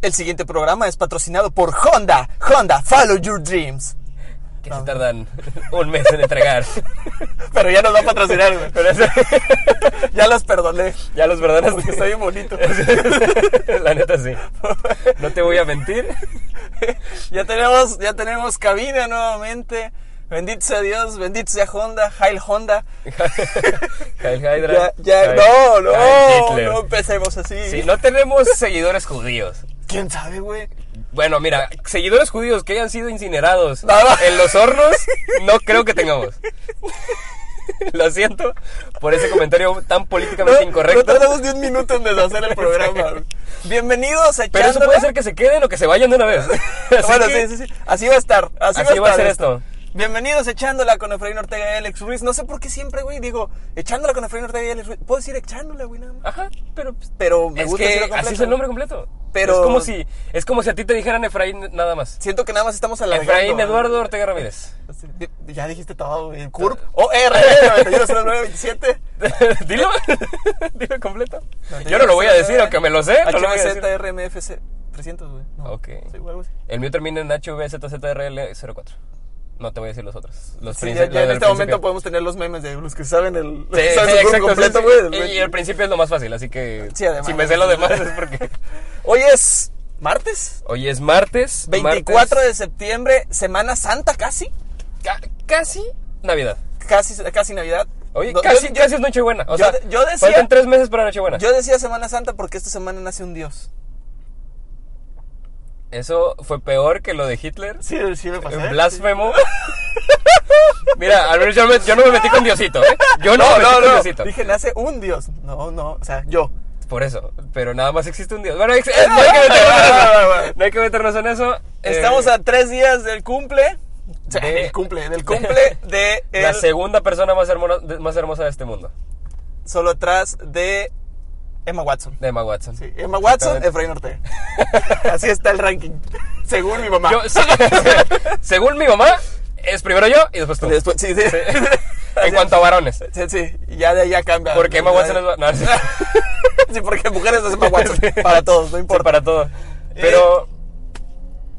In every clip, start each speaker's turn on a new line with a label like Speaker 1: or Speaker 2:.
Speaker 1: El siguiente programa es patrocinado por Honda. Honda, follow your dreams.
Speaker 2: Que se tardan un mes en entregar.
Speaker 1: Pero ya nos va a patrocinar, güey.
Speaker 2: Pero eso-
Speaker 1: Ya los perdoné.
Speaker 2: ya los perdonas
Speaker 1: Porque está bien bonito.
Speaker 2: La neta sí. No te voy a mentir.
Speaker 1: ya tenemos, ya tenemos cabina nuevamente. Bendito sea Dios, bendito sea Honda, Heil Honda.
Speaker 2: Heil Hydra.
Speaker 1: Ya, ya,
Speaker 2: Heil-
Speaker 1: no,
Speaker 2: Heil
Speaker 1: no,
Speaker 2: Hitler.
Speaker 1: no empecemos así.
Speaker 2: Sí, no tenemos seguidores judíos.
Speaker 1: ¿Quién sabe, güey?
Speaker 2: Bueno, mira, seguidores judíos que hayan sido incinerados
Speaker 1: No, no.
Speaker 2: en los hornos, no creo que tengamos. Lo siento por ese comentario tan políticamente
Speaker 1: No
Speaker 2: incorrecto.
Speaker 1: tardamos 10 minutos en deshacer el programa. güey. Bienvenidos a
Speaker 2: pero eso
Speaker 1: Echándola.
Speaker 2: puede ser que se queden o que se vayan de una vez. Así
Speaker 1: ¿eh? bueno,
Speaker 2: que-
Speaker 1: sí, sí, sí. Así va a estar. Así,
Speaker 2: Así
Speaker 1: va a estar
Speaker 2: ser
Speaker 1: esto.
Speaker 2: esto.
Speaker 1: Bienvenidos a Echándola con Efraín Ortega y Alex Ruiz. No sé por qué siempre, güey, digo Echándola con Efraín Ortega y Alex Ruiz. Puedo decir Echándola, güey, nada más.
Speaker 2: Ajá, pero pues,
Speaker 1: Pero me
Speaker 2: es
Speaker 1: gusta
Speaker 2: que
Speaker 1: decirlo completo,
Speaker 2: así es el
Speaker 1: güey.
Speaker 2: nombre completo.
Speaker 1: Pero-
Speaker 2: es como si es como si a ti te dijeran Efraín nada más.
Speaker 1: Siento que nada más estamos alargando.
Speaker 2: Efraín
Speaker 1: ¿no?
Speaker 2: Eduardo Ortega Ramírez.
Speaker 1: Ya dijiste todo, güey. Curp. O R 910927.
Speaker 2: Dilo. Dilo completo. Yo no lo voy a decir aunque me lo sé, no lo voy a decir.
Speaker 1: HBZRMFC 300, güey. No.
Speaker 2: Ok.
Speaker 1: Sí, güey, algo así.
Speaker 2: El mío termina en HVZZRL04. No te voy a decir los otros. Los
Speaker 1: Sí,
Speaker 2: princi-
Speaker 1: ya, ya
Speaker 2: los del
Speaker 1: en este
Speaker 2: principio.
Speaker 1: momento podemos tener los memes de los que saben el
Speaker 2: Sí, sí,
Speaker 1: saben su curso
Speaker 2: exacto,
Speaker 1: completo, pues,
Speaker 2: sí,
Speaker 1: güey.
Speaker 2: sí.
Speaker 1: del-
Speaker 2: Y el principio es lo más fácil, así que
Speaker 1: Sí, además.
Speaker 2: si me sé lo demás es porque
Speaker 1: Hoy es martes,
Speaker 2: hoy es martes,
Speaker 1: 24
Speaker 2: martes,
Speaker 1: de septiembre, Semana Santa casi,
Speaker 2: ca- casi Navidad.
Speaker 1: casi, casi Navidad.
Speaker 2: Oye,
Speaker 1: No,
Speaker 2: casi,
Speaker 1: yo,
Speaker 2: casi es Nochebuena. O
Speaker 1: yo
Speaker 2: sea,
Speaker 1: de- yo decía-
Speaker 2: faltan tres meses para Nochebuena.
Speaker 1: yo decía Semana Santa porque esta semana nace un dios.
Speaker 2: Eso fue peor que lo de Hitler.
Speaker 1: Sí, sí me
Speaker 2: Blasfemo. Mira, al menos yo, me- yo no me metí con Diosito, ¿eh? Yo no, me metí
Speaker 1: No,
Speaker 2: con
Speaker 1: no,
Speaker 2: Diosito.
Speaker 1: dije nace un dios. No, no, o sea, yo.
Speaker 2: Por eso, pero nada más existe un Dios. Bueno, ex- eh, no hay que meternos en eso. No hay que meternos en eso.
Speaker 1: Estamos
Speaker 2: Eh,
Speaker 1: a tres días del cumple. O sea,
Speaker 2: De-
Speaker 1: del cumple, del cumple de
Speaker 2: la
Speaker 1: el-
Speaker 2: segunda persona más hermosa, de- más hermosa de este mundo,
Speaker 1: solo atrás de Emma Watson.
Speaker 2: de Emma Watson.
Speaker 1: Sí, Emma Watson,
Speaker 2: Exactamente.
Speaker 1: Efraín Ortega. Así está el ranking, según mi mamá.
Speaker 2: Yo- sí, según mi mamá, es primero yo y después tú.
Speaker 1: Y después- sí, sí.
Speaker 2: En cuanto a varones.
Speaker 1: Sí, sí, ya de ahí ya cambia.
Speaker 2: Porque Emma
Speaker 1: Ya-
Speaker 2: Watson es... va- no, sí.
Speaker 1: Sí, porque mujeres es Emma Watson. Para todos, no
Speaker 2: Sí,
Speaker 1: importa. Eh,
Speaker 2: para todo. Pero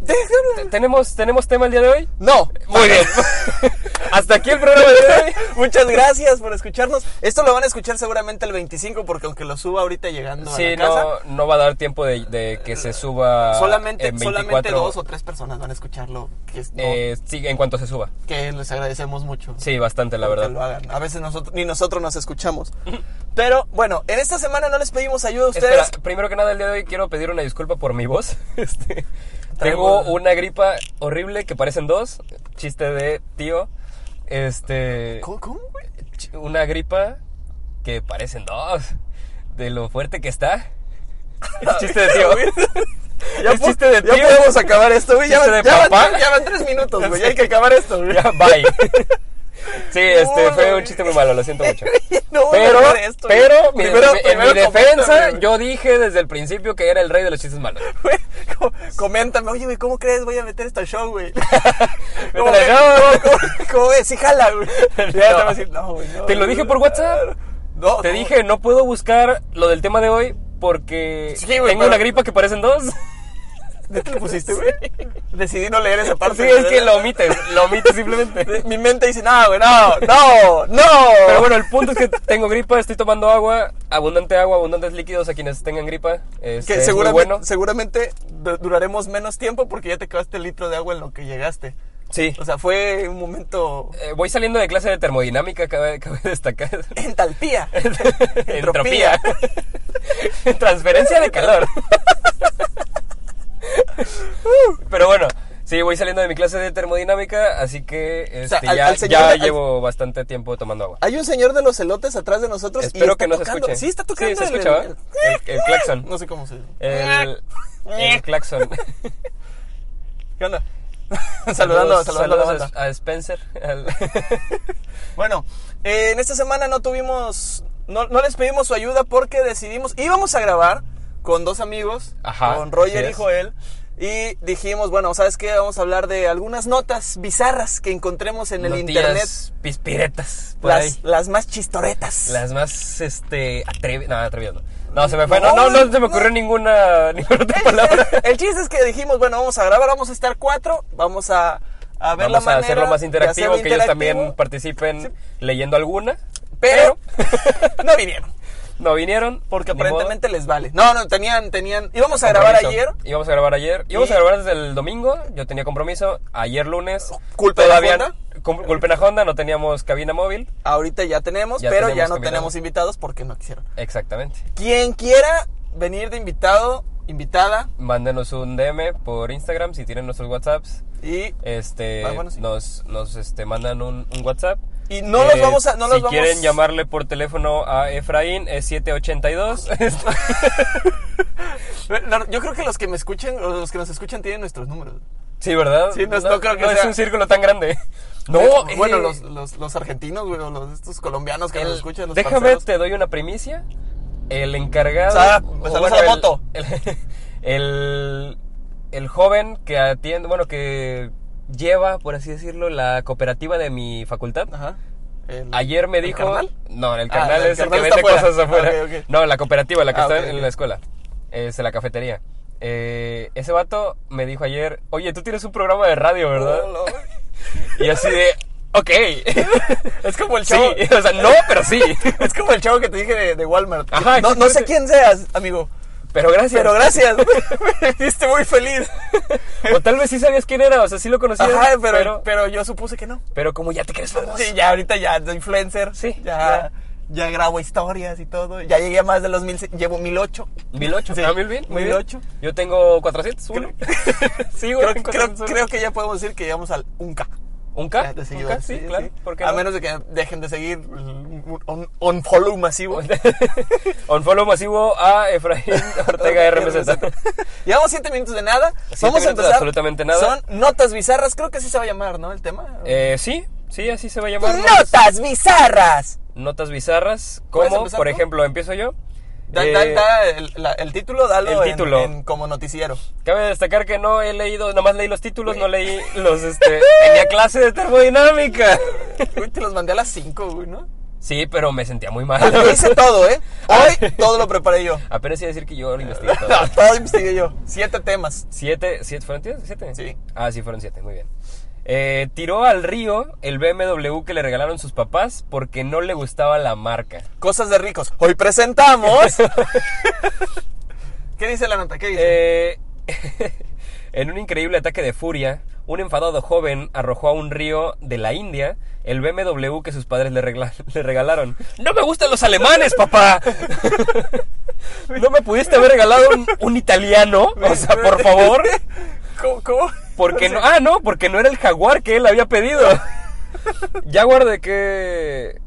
Speaker 1: Déjame-
Speaker 2: tenemos tenemos tema el día de hoy.
Speaker 1: No.
Speaker 2: Muy bien. Hasta aquí el programa de hoy.
Speaker 1: Muchas gracias por escucharnos. Esto lo van a escuchar seguramente el 25 porque aunque lo suba ahorita llegando a
Speaker 2: Sí,
Speaker 1: la casa,
Speaker 2: no, no va a dar tiempo de, de que se suba
Speaker 1: solamente,
Speaker 2: en 24.
Speaker 1: solamente dos o tres personas van a escucharlo, que, es- no,
Speaker 2: eh, sí, en cuanto se suba.
Speaker 1: que les agradecemos mucho.
Speaker 2: Sí, bastante, la
Speaker 1: Que lo
Speaker 2: verdad.
Speaker 1: hagan. A veces nosotros, ni nosotros nos escuchamos. Pero bueno, en esta semana no les pedimos ayuda a ustedes.
Speaker 2: Espera, primero que nada, el día de hoy quiero pedir una disculpa por mi voz. Este, tengo
Speaker 1: Traigo-
Speaker 2: una gripa horrible que parecen dos. Chiste de tío. Este.
Speaker 1: ¿Cómo, cómo, güey?
Speaker 2: ch- Una gripa que parecen dos. De lo fuerte que está. Es chiste de tío.
Speaker 1: Ya,
Speaker 2: Es
Speaker 1: po-
Speaker 2: chiste de
Speaker 1: ya
Speaker 2: tío.
Speaker 1: podemos acabar esto, güey. Ya,
Speaker 2: Chiste
Speaker 1: van-
Speaker 2: de
Speaker 1: ya van-
Speaker 2: papá.
Speaker 1: ya van tres minutos, güey.
Speaker 2: Sí.
Speaker 1: Ya hay que acabar esto, güey.
Speaker 2: Ya, bye. Sí, este
Speaker 1: No,
Speaker 2: fue
Speaker 1: no,
Speaker 2: un chiste muy malo, lo siento mucho.
Speaker 1: No voy a
Speaker 2: Pero,
Speaker 1: hacer esto, güey.
Speaker 2: pero, mi-
Speaker 1: Primero-
Speaker 2: mi- en
Speaker 1: primero
Speaker 2: mi defensa,
Speaker 1: coméntame,
Speaker 2: yo dije desde el principio que era el rey de los chistes malos.
Speaker 1: güey. Co- Coméntame, oye, güey, ¿cómo crees voy a meter esto al show, güey? ¿Cómo,
Speaker 2: al
Speaker 1: ves?
Speaker 2: show.
Speaker 1: ¿Cómo- ¿Cómo ves? Sí, jala, güey. Ya te
Speaker 2: No.
Speaker 1: vas a decir, no, güey. no,
Speaker 2: Te lo
Speaker 1: güey.
Speaker 2: dije por WhatsApp.
Speaker 1: No, no.
Speaker 2: Te dije, no puedo buscar lo del tema de hoy porque
Speaker 1: Sí, güey,
Speaker 2: tengo
Speaker 1: pero-
Speaker 2: una gripa que parecen dos.
Speaker 1: ¿De qué lo pusiste, güey? Decidí no leer esa parte.
Speaker 2: Sí,
Speaker 1: güey,
Speaker 2: es que
Speaker 1: ¿verdad?
Speaker 2: lo omites, lo omites simplemente.
Speaker 1: Mi mente dice, no, güey, no, no, no.
Speaker 2: Pero bueno, el punto es que tengo gripa, estoy tomando agua, abundante agua, abundantes líquidos a quienes tengan gripa. Este,
Speaker 1: que
Speaker 2: es muy
Speaker 1: seguramente,
Speaker 2: bueno.
Speaker 1: seguramente du- duraremos menos tiempo porque ya te acabaste el litro de agua en lo que llegaste.
Speaker 2: Sí.
Speaker 1: O sea, fue un momento...
Speaker 2: Eh, voy saliendo de clase de termodinámica, cabe, cabe destacar.
Speaker 1: Entalpía.
Speaker 2: Entropía. Transferencia de calor. Pero bueno, sí, voy saliendo de mi clase de termodinámica, así que este,
Speaker 1: sea, al-
Speaker 2: ya,
Speaker 1: al señor
Speaker 2: ya
Speaker 1: de- al-
Speaker 2: llevo bastante tiempo tomando agua.
Speaker 1: Hay un señor de los elotes atrás de nosotros y
Speaker 2: Espero
Speaker 1: está
Speaker 2: que no se
Speaker 1: tocando-
Speaker 2: escuche.
Speaker 1: Sí, está tocando
Speaker 2: Sí, se
Speaker 1: el- Ah. Eh,
Speaker 2: escucha, ¿va? El, el claxon.
Speaker 1: No sé cómo se...
Speaker 2: El- el claxon.
Speaker 1: ¿Qué onda? saludando,
Speaker 2: Saludos-
Speaker 1: saludando a la
Speaker 2: saludos
Speaker 1: banda.
Speaker 2: a, a Spencer. al-
Speaker 1: Bueno, eh, en esta semana no tuvimos, no, no les pedimos su ayuda porque decidimos, íbamos a grabar con dos amigos,
Speaker 2: Ajá,
Speaker 1: con Roger
Speaker 2: así
Speaker 1: y
Speaker 2: es.
Speaker 1: Joel, y dijimos, bueno, ¿sabes qué? Vamos a hablar de algunas notas bizarras que encontremos en el internet,
Speaker 2: Notillas pispiretas. por ahí.
Speaker 1: las, las más chistoretas.
Speaker 2: Las más, este, atrevi... No, atrevidas no. No, se me fue. No, no, no, se me ocurrió
Speaker 1: no.
Speaker 2: ninguna, ninguna otra palabra.
Speaker 1: El chiste es que dijimos, bueno, vamos a grabar, vamos a estar cuatro, vamos a, a ver la
Speaker 2: Vamos a
Speaker 1: manera
Speaker 2: hacerlo más
Speaker 1: de
Speaker 2: interactivo,
Speaker 1: hacerlo
Speaker 2: que ellos también
Speaker 1: interactivo,
Speaker 2: participen leyendo alguna.
Speaker 1: pero no vinieron.
Speaker 2: no vinieron.
Speaker 1: Porque
Speaker 2: ni modo.
Speaker 1: aparentemente les vale. No, no, tenían, tenían. Íbamos a grabar
Speaker 2: Compromiso.
Speaker 1: ayer.
Speaker 2: Íbamos a grabar ayer. Íbamos
Speaker 1: Y-
Speaker 2: a grabar desde el domingo. Yo tenía compromiso. Ayer lunes.
Speaker 1: Culpa de la
Speaker 2: todavía
Speaker 1: Honda.
Speaker 2: cum- Culpa de la Honda. No teníamos cabina móvil.
Speaker 1: Ahorita ya tenemos,
Speaker 2: Ya
Speaker 1: pero
Speaker 2: tenemos
Speaker 1: ya no
Speaker 2: combinado.
Speaker 1: tenemos invitados porque no quisieron.
Speaker 2: Exactamente.
Speaker 1: Quien quiera venir de invitado, invitada
Speaker 2: Mándenos un DM por Instagram si tienen nuestros WhatsApps.
Speaker 1: y.
Speaker 2: Este,
Speaker 1: Ah, bueno, sí.
Speaker 2: nos, nos este, mandan un, un WhatsApp. Eh,
Speaker 1: Y no los vamos a- no
Speaker 2: si
Speaker 1: los vamos-
Speaker 2: quieren llamarle por teléfono a Efraín, es 782.
Speaker 1: No, Yo creo que los que me escuchen, o los que nos escuchan, tienen nuestros números.
Speaker 2: sí, ¿verdad?
Speaker 1: Sí, no- no creo que
Speaker 2: es
Speaker 1: sea-
Speaker 2: un círculo tan grande. No,
Speaker 1: Eh, bueno,
Speaker 2: eh,
Speaker 1: los, los, los argentinos, güey, o los, estos colombianos que
Speaker 2: el-
Speaker 1: nos escuchan, los
Speaker 2: déjame,
Speaker 1: parceros.
Speaker 2: te doy una primicia. El encargado.
Speaker 1: Ah,
Speaker 2: o
Speaker 1: pues, saludos a la
Speaker 2: el-
Speaker 1: moto.
Speaker 2: El, el- el joven que atiende, bueno, que lleva, por así decirlo, la cooperativa de mi facultad.
Speaker 1: Ajá. El-
Speaker 2: Ayer me
Speaker 1: ¿el
Speaker 2: dijo.
Speaker 1: carnal?
Speaker 2: No, el
Speaker 1: Ah,
Speaker 2: carnal
Speaker 1: el
Speaker 2: es el que
Speaker 1: carnal
Speaker 2: vende
Speaker 1: está afuera.
Speaker 2: cosas afuera.
Speaker 1: Ok, ok.
Speaker 2: No, la cooperativa, la que
Speaker 1: Ah,
Speaker 2: está
Speaker 1: ok,
Speaker 2: en
Speaker 1: ok.
Speaker 2: la escuela. Es en la cafetería. Eh, ese vato me dijo ayer, oye, tú tienes un programa de radio, ¿verdad?
Speaker 1: Oh, no.
Speaker 2: Y así de, ok.
Speaker 1: Es como el
Speaker 2: sí,
Speaker 1: chavo.
Speaker 2: o sea, no, pero sí.
Speaker 1: Es como el chavo que te dije de, de Walmart.
Speaker 2: Ajá,
Speaker 1: no, no sé
Speaker 2: exactamente.
Speaker 1: quién seas, amigo.
Speaker 2: Pero gracias.
Speaker 1: Pero gracias. me hiciste muy feliz.
Speaker 2: O tal vez sí sabías quién era, o sea, sí lo conocías.
Speaker 1: Ajá, pero,
Speaker 2: pero,
Speaker 1: pero, yo supuse que no.
Speaker 2: pero como ya te crees famoso.
Speaker 1: Sí, ya ahorita ya soy influencer.
Speaker 2: Sí,
Speaker 1: Ya, ya. grabo historias y todo. Ya llegué a más de los mil. Llevo mil ocho.
Speaker 2: 1008,
Speaker 1: Sí,
Speaker 2: ah, mil bien, muy bien.
Speaker 1: 1008.
Speaker 2: Yo tengo 400, uno. sí, güey,
Speaker 1: Creo,
Speaker 2: tengo
Speaker 1: creo,
Speaker 2: 400.
Speaker 1: creo que ya podemos decir que llegamos al un K.
Speaker 2: ¿Un
Speaker 1: ya
Speaker 2: K?
Speaker 1: de
Speaker 2: ¿Un
Speaker 1: seguidores.
Speaker 2: K? Ah, Sí, claro. ¿Por qué
Speaker 1: a
Speaker 2: no?
Speaker 1: menos de que dejen de seguir un, un- un follow masivo.
Speaker 2: On follow masivo a Efraín Ortega RMZ.
Speaker 1: Llevamos siete minutos de nada.
Speaker 2: Siete
Speaker 1: Vamos a
Speaker 2: minutos de
Speaker 1: empezar.
Speaker 2: absolutamente nada.
Speaker 1: Son notas bizarras. Creo que así se va a llamar, ¿no? El tema.
Speaker 2: Eh, sí, sí, así se va a llamar.
Speaker 1: ¡Notas bizarras!
Speaker 2: Notas bizarras,
Speaker 1: ¿Puedes
Speaker 2: como,
Speaker 1: empezar
Speaker 2: por
Speaker 1: tú?
Speaker 2: ejemplo, empiezo yo.
Speaker 1: Da,
Speaker 2: Eh,
Speaker 1: da- da el, la- el título, dalo
Speaker 2: el
Speaker 1: en-
Speaker 2: título.
Speaker 1: en- como noticiero.
Speaker 2: Cabe destacar que no he leído, nomás leí los títulos, no leí los, este, tenía clase de termodinámica.
Speaker 1: Uy, te los mandé a las 5, güey, ¿no?
Speaker 2: Sí, pero me sentía muy mal.
Speaker 1: Lo hice todo, ¿eh? Hoy todo lo preparé yo.
Speaker 2: Apenas iba a decir que yo lo investigué todo.
Speaker 1: No, todo investigué yo. Siete temas.
Speaker 2: Siete, siete, ¿fueron siete? ¿Siete?
Speaker 1: Sí.
Speaker 2: Ah, sí, fueron siete, muy bien. Eh, tiró al río el BMW que le regalaron sus papás porque no le gustaba la marca.
Speaker 1: Cosas de ricos. Hoy presentamos. ¿Qué dice la nota? ¿Qué dice?
Speaker 2: Eh, en un increíble ataque de furia, un enfadado joven arrojó a un río de la India el BMW que sus padres le, regla- le regalaron. ¡No me gustan los alemanes, papá! ¿No me pudiste haber regalado un, un italiano? O sea, por favor.
Speaker 1: ¿Cómo? cómo?
Speaker 2: Porque no, ah, no, porque no era el jaguar que él había pedido. Jaguar de qué.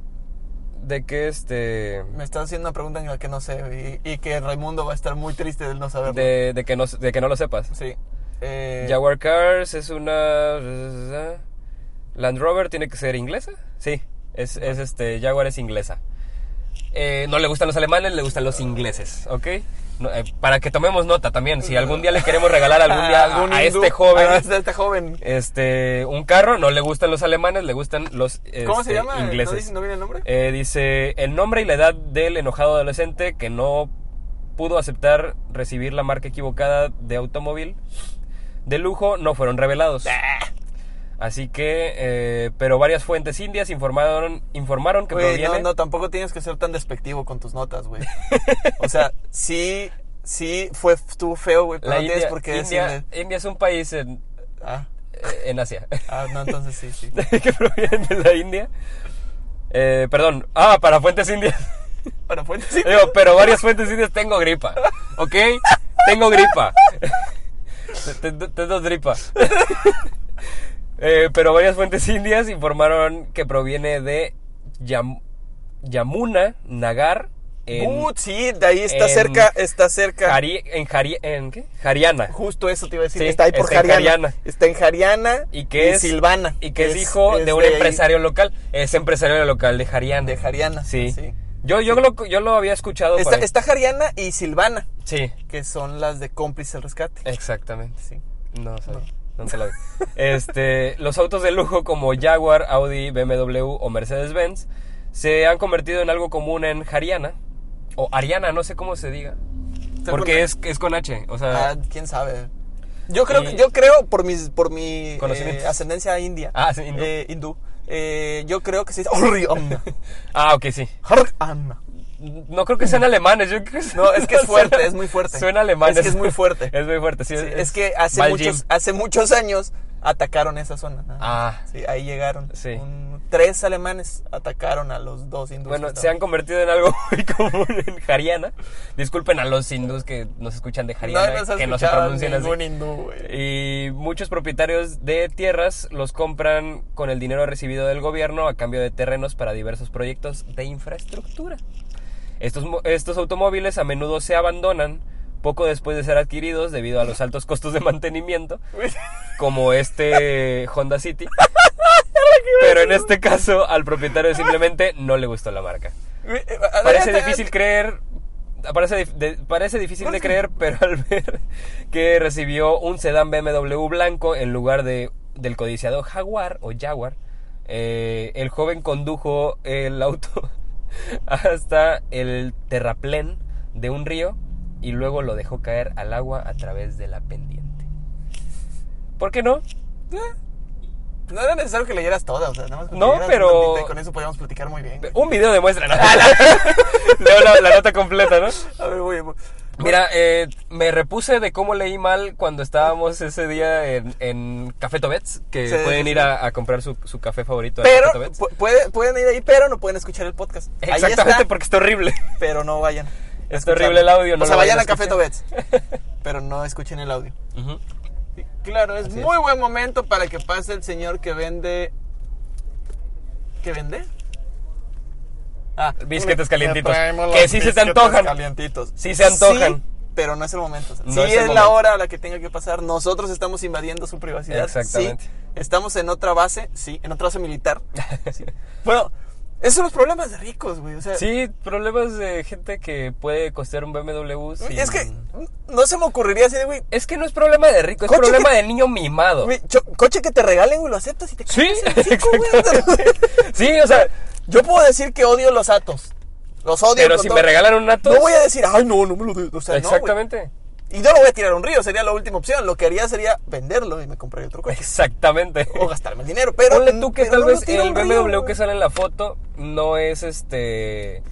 Speaker 2: De qué este.
Speaker 1: Me estás haciendo una pregunta en la que no sé y, y que Raimundo va a estar muy triste de no saberlo.
Speaker 2: De, de que, no, de que no lo sepas.
Speaker 1: Sí. Eh,
Speaker 2: Jaguar Cars es una. Land Rover tiene que ser inglesa. Sí, es, es este. Jaguar es inglesa. Eh, no le gustan los alemanes, le gustan los ingleses, ¿ok? No, eh, para que tomemos nota también. Si algún día le queremos regalar algún día a-
Speaker 1: algún
Speaker 2: a,
Speaker 1: hindú-
Speaker 2: este joven.
Speaker 1: A este, este joven.
Speaker 2: Este, un carro, no le gustan los alemanes, le gustan los
Speaker 1: ¿Cómo
Speaker 2: este,
Speaker 1: se llama? ¿No,
Speaker 2: ingleses.
Speaker 1: dice, ¿No viene el nombre?
Speaker 2: Eh, dice el nombre y la edad del enojado adolescente que no pudo aceptar recibir la marca equivocada de automóvil de lujo no fueron revelados.
Speaker 1: Ah.
Speaker 2: Así que, eh, pero varias fuentes indias informaron, informaron que
Speaker 1: Güey,
Speaker 2: proviene.
Speaker 1: no, no, tampoco tienes que ser tan despectivo con tus notas, güey. o sea, sí, sí fue, estuvo feo, güey, pero
Speaker 2: la
Speaker 1: no tienes
Speaker 2: India,
Speaker 1: por qué
Speaker 2: India,
Speaker 1: decirle.
Speaker 2: India es un país en,
Speaker 1: Ah,
Speaker 2: en Asia.
Speaker 1: ah, no, entonces sí, sí.
Speaker 2: que provienen de la India. Eh, perdón. Ah, para fuentes indias.
Speaker 1: Bueno, fue sí.
Speaker 2: Digo, pero varias fuentes indias tengo gripa. ¿Ok? Tengo gripa. Te- te- Tengo gripa. Eh, pero varias fuentes indias informaron que proviene de Yam- Yamuna Nagar en,
Speaker 1: Uh, sí, de ahí está
Speaker 2: en
Speaker 1: cerca, está cerca.
Speaker 2: Jari- en, Jari- en qué? Jariana.
Speaker 1: Justo eso te iba a decir.
Speaker 2: Sí,
Speaker 1: está ahí por
Speaker 2: está en
Speaker 1: Jariana.
Speaker 2: Jariana.
Speaker 1: Está en Jariana
Speaker 2: Y que es
Speaker 1: Silvana.
Speaker 2: Y que es, hijo
Speaker 1: es
Speaker 2: de un
Speaker 1: ahí,
Speaker 2: empresario local. Es empresario local de Jariana.
Speaker 1: De Jariana.
Speaker 2: Sí. Yo, yo, Lo, yo lo había escuchado. por
Speaker 1: Está,
Speaker 2: ahí.
Speaker 1: está Jariana y Silvana,
Speaker 2: Sí,
Speaker 1: que son las de cómplice el rescate.
Speaker 2: Eh. exactamente.
Speaker 1: Sí.
Speaker 2: No, sabía. No te la vi. Este, los autos de lujo como Jaguar, Audi, BMW o Mercedes-Benz se han convertido en algo común en Jariana. O Ariana, no sé cómo se diga. Porque es, es con H. O sea,
Speaker 1: Ah, quién sabe. Yo creo,
Speaker 2: Y-
Speaker 1: yo creo por mis, por mi
Speaker 2: Conocimientos.
Speaker 1: eh, ascendencia india.
Speaker 2: Ah, sí, hindú.
Speaker 1: Eh, hindú. Eh, yo creo que sí. Oriamna.
Speaker 2: Ah, ok, sí.
Speaker 1: Oriamna.
Speaker 2: No creo que sean alemanes. Yo creo que-
Speaker 1: No, es que es fuerte, es muy fuerte.
Speaker 2: Suena alemán.
Speaker 1: Es que es muy fuerte.
Speaker 2: Es muy fuerte, sí.
Speaker 1: Sí, es que hace
Speaker 2: va al
Speaker 1: muchos,
Speaker 2: gym.
Speaker 1: hace muchos años atacaron esa zona.
Speaker 2: Ah.
Speaker 1: Sí, ahí llegaron.
Speaker 2: Sí.
Speaker 1: Un- tres alemanes atacaron a los dos hindúes.
Speaker 2: Bueno,
Speaker 1: que
Speaker 2: se han
Speaker 1: estaban-
Speaker 2: convertido en algo muy común en Jariana. Disculpen a los hindús que nos escuchan de Jariana,
Speaker 1: no, no
Speaker 2: que no se pronuncian así.
Speaker 1: ningún hindú, güey.
Speaker 2: Y muchos propietarios de tierras los compran con el dinero recibido del gobierno a cambio de terrenos para diversos proyectos de infraestructura. Estos, mo- estos automóviles a menudo se abandonan poco después de ser adquiridos debido a los altos costos de mantenimiento, como este Honda City. Pero en este caso al propietario simplemente no le gustó la marca.
Speaker 1: Güey, eh,
Speaker 2: Parece
Speaker 1: adelante,
Speaker 2: difícil creer. Parece, dif- de- parece difícil de creer, pero al ver que recibió un sedán BMW blanco en lugar de, del codiciado Jaguar o Jaguar, eh, el joven condujo el auto hasta el terraplén de un río y luego lo dejó caer al agua a través de la pendiente. ¿Por qué no?
Speaker 1: No era necesario que leyeras todas, o sea, nada más con que
Speaker 2: No,
Speaker 1: leyeras
Speaker 2: pero-
Speaker 1: una notita y con eso podíamos platicar muy bien. güey.
Speaker 2: Un video demuestra, ¿no? Leo la- la nota completa, ¿no?
Speaker 1: A ver, voy, voy.
Speaker 2: Mira, eh, me repuse de cómo leí mal cuando estábamos ese día en, en Café Tobets, que
Speaker 1: Sí,
Speaker 2: pueden
Speaker 1: sí,
Speaker 2: ir a, a comprar su, su café favorito. a Café
Speaker 1: Pero
Speaker 2: Tobets.
Speaker 1: pu- puede- pueden ir ahí, pero no pueden escuchar el podcast. Ahí
Speaker 2: Exactamente,
Speaker 1: está,
Speaker 2: porque está horrible.
Speaker 1: pero no vayan. a
Speaker 2: Es
Speaker 1: escucharlo.
Speaker 2: horrible el audio, no
Speaker 1: O sea,
Speaker 2: lo
Speaker 1: Pues
Speaker 2: vayan
Speaker 1: vayan
Speaker 2: a
Speaker 1: a Café Tobets,
Speaker 2: escuchar.
Speaker 1: pero no escuchen el audio.
Speaker 2: Ujú.
Speaker 1: Sí, Claro, es
Speaker 2: Así
Speaker 1: muy buen momento para que pase el señor que vende. ¿Qué vende? Ah,
Speaker 2: Bisquetes
Speaker 1: le
Speaker 2: calientitos.
Speaker 1: traemos
Speaker 2: Que
Speaker 1: los
Speaker 2: sí se te
Speaker 1: bisquetes
Speaker 2: antojan.
Speaker 1: Calientitos.
Speaker 2: Sí se antojan.
Speaker 1: Sí, pero no es el momento. O sea,
Speaker 2: No
Speaker 1: sí
Speaker 2: es
Speaker 1: es,
Speaker 2: el
Speaker 1: la
Speaker 2: momento.
Speaker 1: hora a la que tenga que pasar. Nosotros estamos invadiendo su privacidad. sí.
Speaker 2: Exactamente.
Speaker 1: Estamos en otra base, sí, en otra base militar. Sí. Bueno, esos son los problemas de ricos, güey. O sea,
Speaker 2: Sí, problemas de gente que puede costear un BMW.
Speaker 1: güey,
Speaker 2: sin-
Speaker 1: es que no se me ocurriría así de, güey,
Speaker 2: Es que no es problema de rico, es
Speaker 1: Coche
Speaker 2: problema
Speaker 1: que-
Speaker 2: de niño mimado.
Speaker 1: güey, cho- coche que te regalen, güey, lo aceptas y te
Speaker 2: Sí,
Speaker 1: cagas el hocico, güey. O sea,
Speaker 2: exactamente. Sí, o sea,
Speaker 1: Yo puedo decir que odio los Atos. Los odio.
Speaker 2: pero
Speaker 1: con
Speaker 2: si
Speaker 1: todo-
Speaker 2: me regalan un Atos...
Speaker 1: No voy a decir, ay, no, no me lo des. O sea, no, güey.
Speaker 2: Exactamente.
Speaker 1: y no lo voy a tirar a un río, sería la última opción. Lo que haría sería venderlo y me compraría otro coche.
Speaker 2: Exactamente.
Speaker 1: o gastarme el dinero. Pero.
Speaker 2: Ponle tú que
Speaker 1: pero
Speaker 2: tal
Speaker 1: no lo
Speaker 2: vez
Speaker 1: tiro a
Speaker 2: el
Speaker 1: un
Speaker 2: BMW
Speaker 1: río,
Speaker 2: que
Speaker 1: güey.
Speaker 2: sale en la foto no es este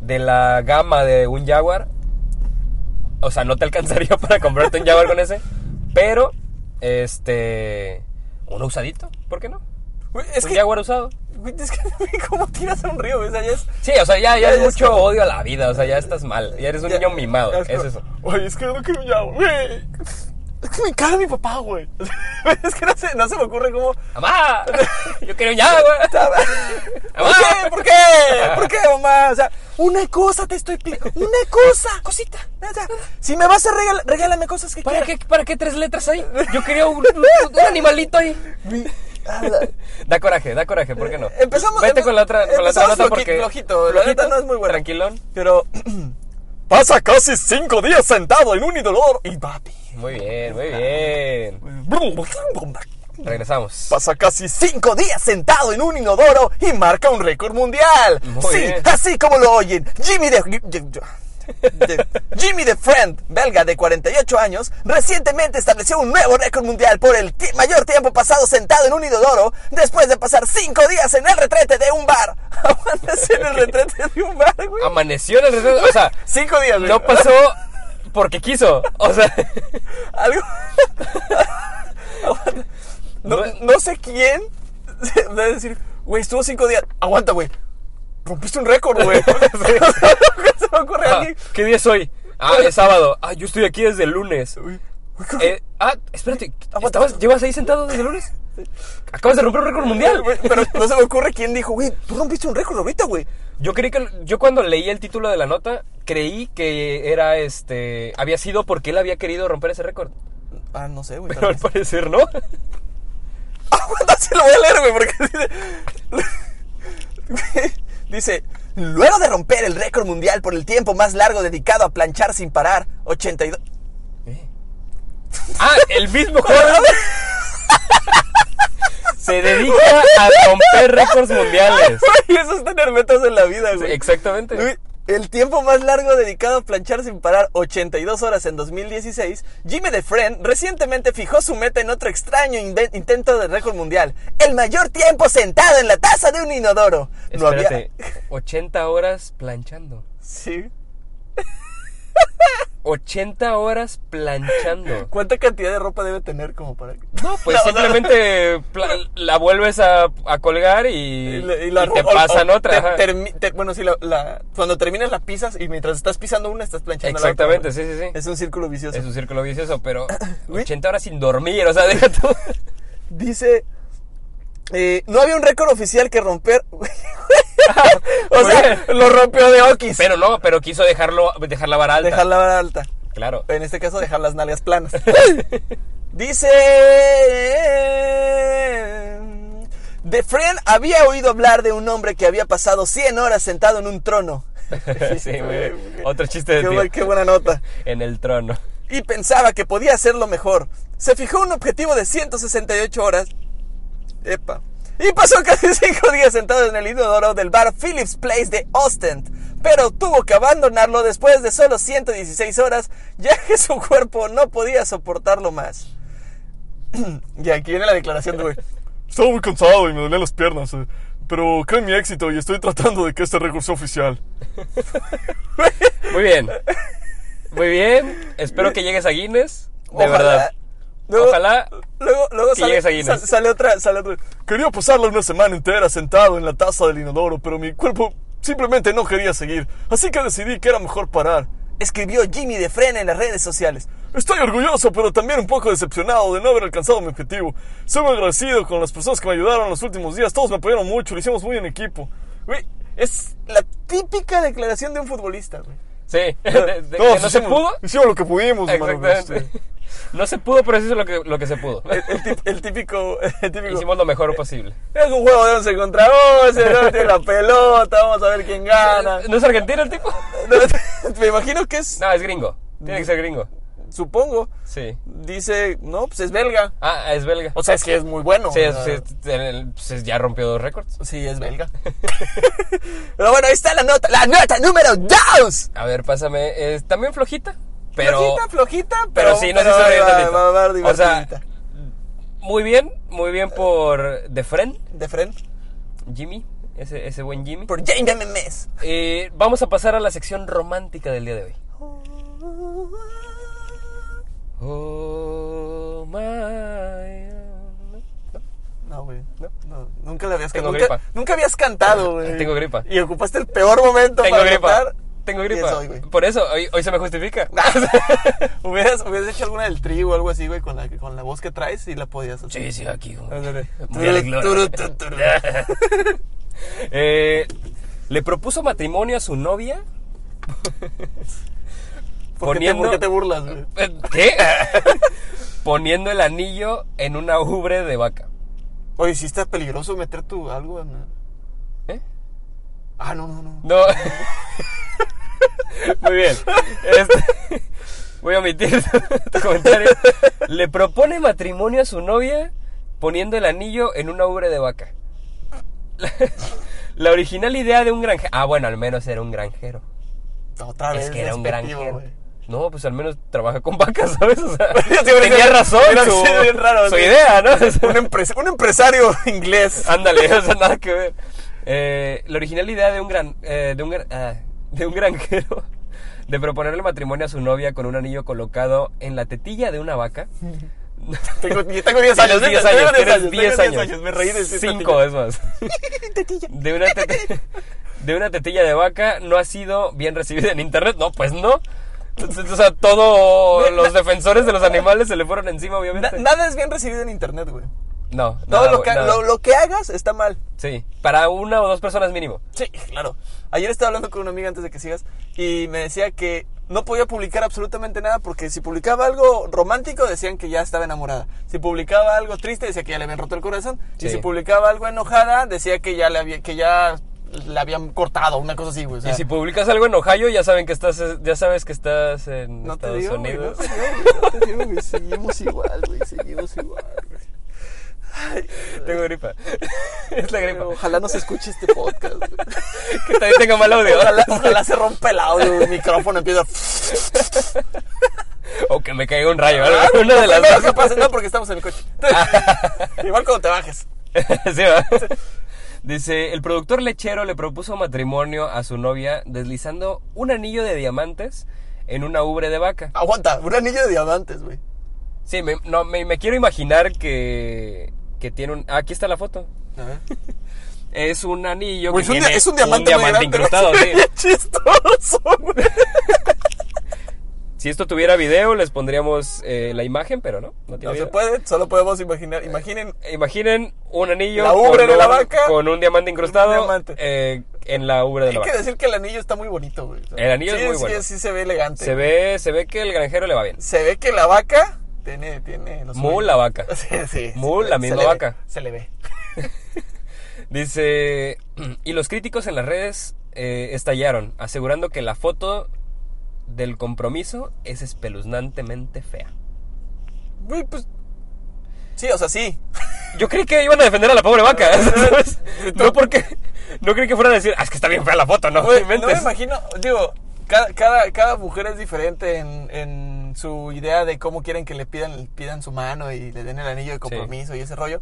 Speaker 2: de la gama de un Jaguar. O sea, no te alcanzaría para comprarte un Jaguar con ese, pero este uno usadito, ¿por qué no?
Speaker 1: Güey, es
Speaker 2: un
Speaker 1: que.
Speaker 2: Jaguar usado.
Speaker 1: güey, es que, güey, ¿cómo tiras a un río? güey? O sea, ya es.
Speaker 2: Sí, o sea, ya, ya
Speaker 1: Ya,
Speaker 2: es
Speaker 1: ya es
Speaker 2: mucho
Speaker 1: como-
Speaker 2: odio a la vida, o sea, ya estás mal, ya eres un
Speaker 1: ya-
Speaker 2: niño mimado,
Speaker 1: ya
Speaker 2: es
Speaker 1: como-
Speaker 2: eso.
Speaker 1: Oye, es que yo no quiero un Jaguar, güey. Es que me encanta mi papá, güey. es que no se, no se me ocurre cómo.
Speaker 2: ¡Mamá! Yo quiero un Jaguar.
Speaker 1: ¿Por qué? ¿Por qué? ¿Por qué, mamá? O sea, una cosa te estoy pidiendo. Una cosa. Cosita. si me vas a regalar, regálame cosas que
Speaker 2: ¿Para
Speaker 1: quieras.
Speaker 2: qué, ¿Para qué tres letras ahí? Yo quería un, un animalito ahí.
Speaker 1: Mi- a Ah, la-
Speaker 2: Da coraje, da coraje, ¿por qué no?
Speaker 1: Empezamos-
Speaker 2: Vete
Speaker 1: empe-
Speaker 2: con la otra, con la otra
Speaker 1: empezamos
Speaker 2: nota
Speaker 1: floji-
Speaker 2: porque.
Speaker 1: flojito, la neta no es muy buena.
Speaker 2: Tranquilón.
Speaker 1: Pero. Pasa casi cinco días sentado en un dolor y papi.
Speaker 2: Muy bien, muy bien. Regresamos.
Speaker 1: Pasa casi cinco días sentado en un inodoro y marca un récord mundial.
Speaker 2: Muy
Speaker 1: sí,
Speaker 2: bien.
Speaker 1: así como lo oyen. Jimmy de, de- Jimmy the Friend, belga de 48 años, recientemente estableció un nuevo récord mundial por el ti- mayor tiempo pasado sentado en un inodoro después de pasar cinco días en el retrete de un bar. Aguántese en el retrete de un bar, güey.
Speaker 2: Amaneció en el regreso, O sea,
Speaker 1: Cinco días, güey.
Speaker 2: no pasó porque quiso. O sea,
Speaker 1: Algo. Aguanta. no, no sé quién se va a decir, güey, estuvo cinco días. Aguanta, güey. Rompiste un récord, güey. se me ocurre a
Speaker 2: ah,
Speaker 1: alguien.
Speaker 2: ¿qué día es hoy? Ah, es sábado. Ah, yo estoy aquí desde el lunes.
Speaker 1: creo que-
Speaker 2: Eh, ah, espérate.
Speaker 1: Aguanta.
Speaker 2: ¿estabas- ¿Llevas ahí sentado desde el lunes? Acabas de romper un récord mundial.
Speaker 1: Güey, Pero no se me ocurre quién dijo, güey, tú rompiste un récord ahorita, güey.
Speaker 2: Yo creí que yo cuando leí el título de la nota creí que era este había sido porque él había querido romper ese récord,
Speaker 1: Ah, no sé, güey.
Speaker 2: pero
Speaker 1: tal
Speaker 2: al
Speaker 1: vez.
Speaker 2: parecer no.
Speaker 1: Aguanta, se lo voy a leer, güey, porque dice... dice, luego de romper el récord mundial por el tiempo más largo dedicado a planchar sin parar, 82...
Speaker 2: Ah, el mismo joven se dedica a romper récords mundiales.
Speaker 1: Güey, eso es tener metas en la vida, güey.
Speaker 2: Exactamente.
Speaker 1: Güey, El tiempo más largo dedicado a planchar sin parar, 82 horas en 2016, Jimmy DeFren recientemente fijó su meta en otro extraño inve- intento de récord mundial. El mayor tiempo sentado en la taza de un inodoro. No había-
Speaker 2: Espérate, 80 horas planchando.
Speaker 1: Sí.
Speaker 2: 80 horas planchando.
Speaker 1: ¿Cuánta cantidad de ropa debe tener como para que-
Speaker 2: No, pues
Speaker 1: No, no, no.
Speaker 2: simplemente pla- la vuelves a, a colgar y,
Speaker 1: la- la
Speaker 2: y te
Speaker 1: ropa- o-
Speaker 2: pasan
Speaker 1: o
Speaker 2: otra.
Speaker 1: te-
Speaker 2: ajá.
Speaker 1: termi- te- bueno, sí, la, la- cuando terminas la pisas y mientras estás pisando una estás planchando
Speaker 2: Exactamente,
Speaker 1: la otra.
Speaker 2: sí, sí, sí.
Speaker 1: Es un círculo vicioso.
Speaker 2: Es un círculo vicioso, pero
Speaker 1: Güey.
Speaker 2: 80 horas sin dormir, o sea, deja tú.
Speaker 1: Dice. eh, no había un récord oficial que romper. o
Speaker 2: Muy
Speaker 1: sea,
Speaker 2: bien.
Speaker 1: lo rompió de Okis.
Speaker 2: Pero no, pero quiso dejarlo, dejar la vara alta.
Speaker 1: Dejar la vara alta.
Speaker 2: Claro.
Speaker 1: En este caso, dejar las nalgas planas. Dice. The Friend había oído hablar de un hombre que había pasado 100 horas sentado en un trono.
Speaker 2: sí, muy bien. Otro chiste de
Speaker 1: Qué
Speaker 2: tío.
Speaker 1: bu- qué buena nota.
Speaker 2: En el trono.
Speaker 1: y pensaba que podía hacerlo mejor. Se fijó un objetivo de 168 horas. Epa. Y pasó casi 5 días sentado en el inodoro del bar Phillips Place de Austin, pero tuvo que abandonarlo después de solo 116 horas, ya que su cuerpo no podía soportarlo más. y aquí viene la declaración de güey.
Speaker 3: Estaba muy cansado y me dolían las piernas, eh, pero creo en mi éxito y estoy tratando de que este récord sea oficial.
Speaker 2: Muy bien. Muy bien. Espero que llegues a Guinness. De
Speaker 1: Ojalá.
Speaker 2: verdad.
Speaker 1: Luego-
Speaker 2: Ojalá.
Speaker 1: Luego, luego
Speaker 2: Que llegues a
Speaker 1: sale,
Speaker 2: Guinness.
Speaker 1: sal- sale otra, sale otra.
Speaker 3: Quería pasarla una semana entera sentado en la taza del inodoro, pero mi cuerpo simplemente no quería seguir, así que decidí que era mejor parar.
Speaker 1: Escribió Jimmy de Frena en las redes sociales.
Speaker 3: Estoy orgulloso, pero también un poco decepcionado de no haber alcanzado mi objetivo. Soy muy agradecido con las personas que me ayudaron en los últimos días, todos me apoyaron mucho, lo hicimos muy en equipo.
Speaker 1: Güey, es la típica declaración de un futbolista, güey.
Speaker 2: Sí. De- de-
Speaker 3: Todos
Speaker 2: que no se
Speaker 3: hicimos-
Speaker 2: pudo.
Speaker 3: Hicimos lo que pudimos, hermano.
Speaker 2: Exactamente.
Speaker 1: pues,
Speaker 3: este.
Speaker 2: No se pudo, pero se hizo lo que, lo que se pudo.
Speaker 1: El, tip- el típico, el típico.
Speaker 2: Hicimos lo mejor posible.
Speaker 1: Es un juego de 11 contra 11, no tiene la pelota, vamos a ver quién gana.
Speaker 2: ¿No es argentino el tipo?
Speaker 1: No, Me imagino que es,
Speaker 2: No, es gringo. Tiene que ser gringo.
Speaker 1: supongo,
Speaker 2: Sí.
Speaker 1: dice, no, pues es belga.
Speaker 2: Ah, es belga.
Speaker 1: O sea, es que es muy bueno.
Speaker 2: Sí,
Speaker 1: O
Speaker 2: es-
Speaker 1: sea,
Speaker 2: sí, es- en el- pues, es- ya rompió dos récords.
Speaker 1: sí, es belga. Pero bueno, ahí está la nota, la nota número 2.
Speaker 2: A ver, pásame. eh, también flojita, pero.
Speaker 1: flojita, flojita, pero,
Speaker 2: pero sí, no se
Speaker 1: pero
Speaker 2: hizo reír
Speaker 1: va-
Speaker 2: tantito.
Speaker 1: va- va a haber
Speaker 2: O sea,
Speaker 1: divertidita.
Speaker 2: Muy bien, muy bien por The Friend,
Speaker 1: de frente,
Speaker 2: Jimmy, ese, ese buen Jimmy.
Speaker 1: por James MMS.
Speaker 2: Eh, vamos a pasar a la sección romántica del día de hoy. Oh, my.
Speaker 1: No, güey. No, no, nunca la habías
Speaker 2: Tengo
Speaker 1: cantado. Nunca,
Speaker 2: gripa.
Speaker 1: nunca habías cantado, güey.
Speaker 2: Tengo gripa.
Speaker 1: Y ocupaste el peor momento
Speaker 2: Tengo
Speaker 1: para
Speaker 2: gripa.
Speaker 1: cantar.
Speaker 2: Tengo
Speaker 1: Y es
Speaker 2: gripa. Ah,
Speaker 1: hoy, güey. Ah,
Speaker 2: Por eso, hoy, hoy se me justifica.
Speaker 1: hubieras, hubieras hecho alguna del trigo o algo así, güey, con la, con la voz que traes y la podías hacer.
Speaker 2: Sí, sí, aquí. güey.
Speaker 1: Ándale.
Speaker 2: Muy alegre.
Speaker 1: Turu, turu, turu.
Speaker 2: Eh, le propuso matrimonio a su novia.
Speaker 1: ¿Por, qué te, por qué te burlas, güey?
Speaker 2: Eh, ¿Qué? Poniendo el anillo en una ubre de vaca.
Speaker 1: Oye, sí está peligroso meter tu algo en...
Speaker 2: ¿Eh?
Speaker 1: Ah, no, no, no.
Speaker 2: No. Muy bien. Este, voy a omitir tu comentario. Le propone matrimonio a su novia poniendo el anillo en una ubre de vaca. La, la original idea de un granjero. Ah, bueno, al menos era un granjero.
Speaker 1: Otra vez.
Speaker 2: Es que era un
Speaker 1: despectivo,
Speaker 2: granjero.
Speaker 1: güey.
Speaker 2: No, pues al menos trabaja con vacas, ¿sabes? O sea,
Speaker 1: Yo te iba a decir,
Speaker 2: tenía razón
Speaker 1: era
Speaker 2: su,
Speaker 1: así bien raro,
Speaker 2: su
Speaker 1: sí.
Speaker 2: idea, ¿no? O sea,
Speaker 1: Un, empres- un empresario inglés.
Speaker 2: Ándale, o sea, nada que ver. Eh, la original idea de un gran, eh, de un, gran- ah, de un granjero de proponerle matrimonio a su novia con un anillo colocado en la tetilla de una vaca.
Speaker 1: Tengo, tengo 10 años.
Speaker 2: Tienes 10
Speaker 1: tengo
Speaker 2: años, tienes
Speaker 1: tengo
Speaker 2: 10 años.
Speaker 1: Me reí de ese
Speaker 2: 5 es más. De una, tete- de una tetilla de vaca no ha sido bien recibida en internet. No, pues no. Entonces, o sea, todos los defensores de los animales se le fueron encima, obviamente.
Speaker 1: Nada es bien recibido en internet, güey.
Speaker 2: No,
Speaker 1: Todo
Speaker 2: nada,
Speaker 1: lo que,
Speaker 2: nada.
Speaker 1: lo, lo que hagas está mal.
Speaker 2: Sí, para una o dos personas mínimo.
Speaker 1: Sí, claro. Ayer estaba hablando con una amiga antes de que sigas y me decía que no podía publicar absolutamente nada porque si publicaba algo romántico decían que ya estaba enamorada. Si publicaba algo triste decía que ya le habían roto el corazón. Y
Speaker 2: Sí.
Speaker 1: si publicaba algo enojada decía que ya le había, que ya le habían cortado, una cosa así, güey. o sea,
Speaker 2: Y si publicas algo en Ohio, ya saben que estás, eh, ya sabes que estás en
Speaker 1: no te
Speaker 2: Estados
Speaker 1: digo, güey,
Speaker 2: Unidos.
Speaker 1: no te digo, güey, no te digo, güey, Seguimos igual, güey. Seguimos igual, güey.
Speaker 2: Tengo gripa. es la gripa.
Speaker 1: Pero Ojalá no se escuche este podcast, güey.
Speaker 2: Que también tenga mal audio.
Speaker 1: Ojalá, ojalá se rompe el audio, el micrófono empieza.
Speaker 2: O que me caiga un rayo. algo, Una de las
Speaker 1: Primero que
Speaker 2: dos.
Speaker 1: pase, Ah, no, porque estamos en mi coche. Igual cuando te bajes.
Speaker 2: Sí, ¿va? Dice, el productor lechero le propuso matrimonio a su novia deslizando un anillo de diamantes en una ubre de vaca.
Speaker 1: Aguanta, un anillo de diamantes, güey.
Speaker 2: Sí, me, no, me, me quiero imaginar que, que tiene un... ah, aquí está la foto. Es un anillo
Speaker 1: Güey,
Speaker 2: que tiene
Speaker 1: es Pues un diamante, muy
Speaker 2: diamante
Speaker 1: grande,
Speaker 2: incrustado,
Speaker 1: güey.
Speaker 2: sí.
Speaker 1: Bien chistoso, güey.
Speaker 2: Si esto tuviera video, les pondríamos eh, la imagen, pero no, no tiene
Speaker 1: No se
Speaker 2: video.
Speaker 1: puede, solo podemos imaginar. Imaginen,
Speaker 2: Imaginen un anillo
Speaker 1: La ubre
Speaker 2: con
Speaker 1: de la
Speaker 2: un-
Speaker 1: vaca.
Speaker 2: con un diamante incrustado
Speaker 1: Un diamante.
Speaker 2: eh, en la ubre de la
Speaker 1: hay que
Speaker 2: vaca.
Speaker 1: decir que el anillo está muy bonito, güey.
Speaker 2: El anillo
Speaker 1: Sí,
Speaker 2: es muy
Speaker 1: sí,
Speaker 2: bueno.
Speaker 1: Sí, se ve elegante.
Speaker 2: Se ve, se ve que el granjero le va bien.
Speaker 1: Se ve que la vaca tiene. tiene los
Speaker 2: Mu la vaca.
Speaker 1: Sí, sí.
Speaker 2: Mu,
Speaker 1: se-
Speaker 2: la
Speaker 1: se
Speaker 2: misma
Speaker 1: le ve,
Speaker 2: vaca.
Speaker 1: se le ve.
Speaker 2: Dice, y los críticos en las redes eh, estallaron, asegurando que la foto del compromiso es espeluznantemente fea.
Speaker 1: Güey, pues. Sí, o sea, sí.
Speaker 2: Yo creí que iban a defender a la pobre vaca. ¿sabes? No porque... No creí que fueran a decir, "Ah, es que está bien fea la foto, no,
Speaker 1: Güey,
Speaker 2: No
Speaker 1: no me
Speaker 2: inventes".
Speaker 1: imagino, digo, cada, cada, cada mujer es diferente en, en su idea de cómo quieren que le pidan, pidan su mano y le den el anillo de compromiso y ese rollo.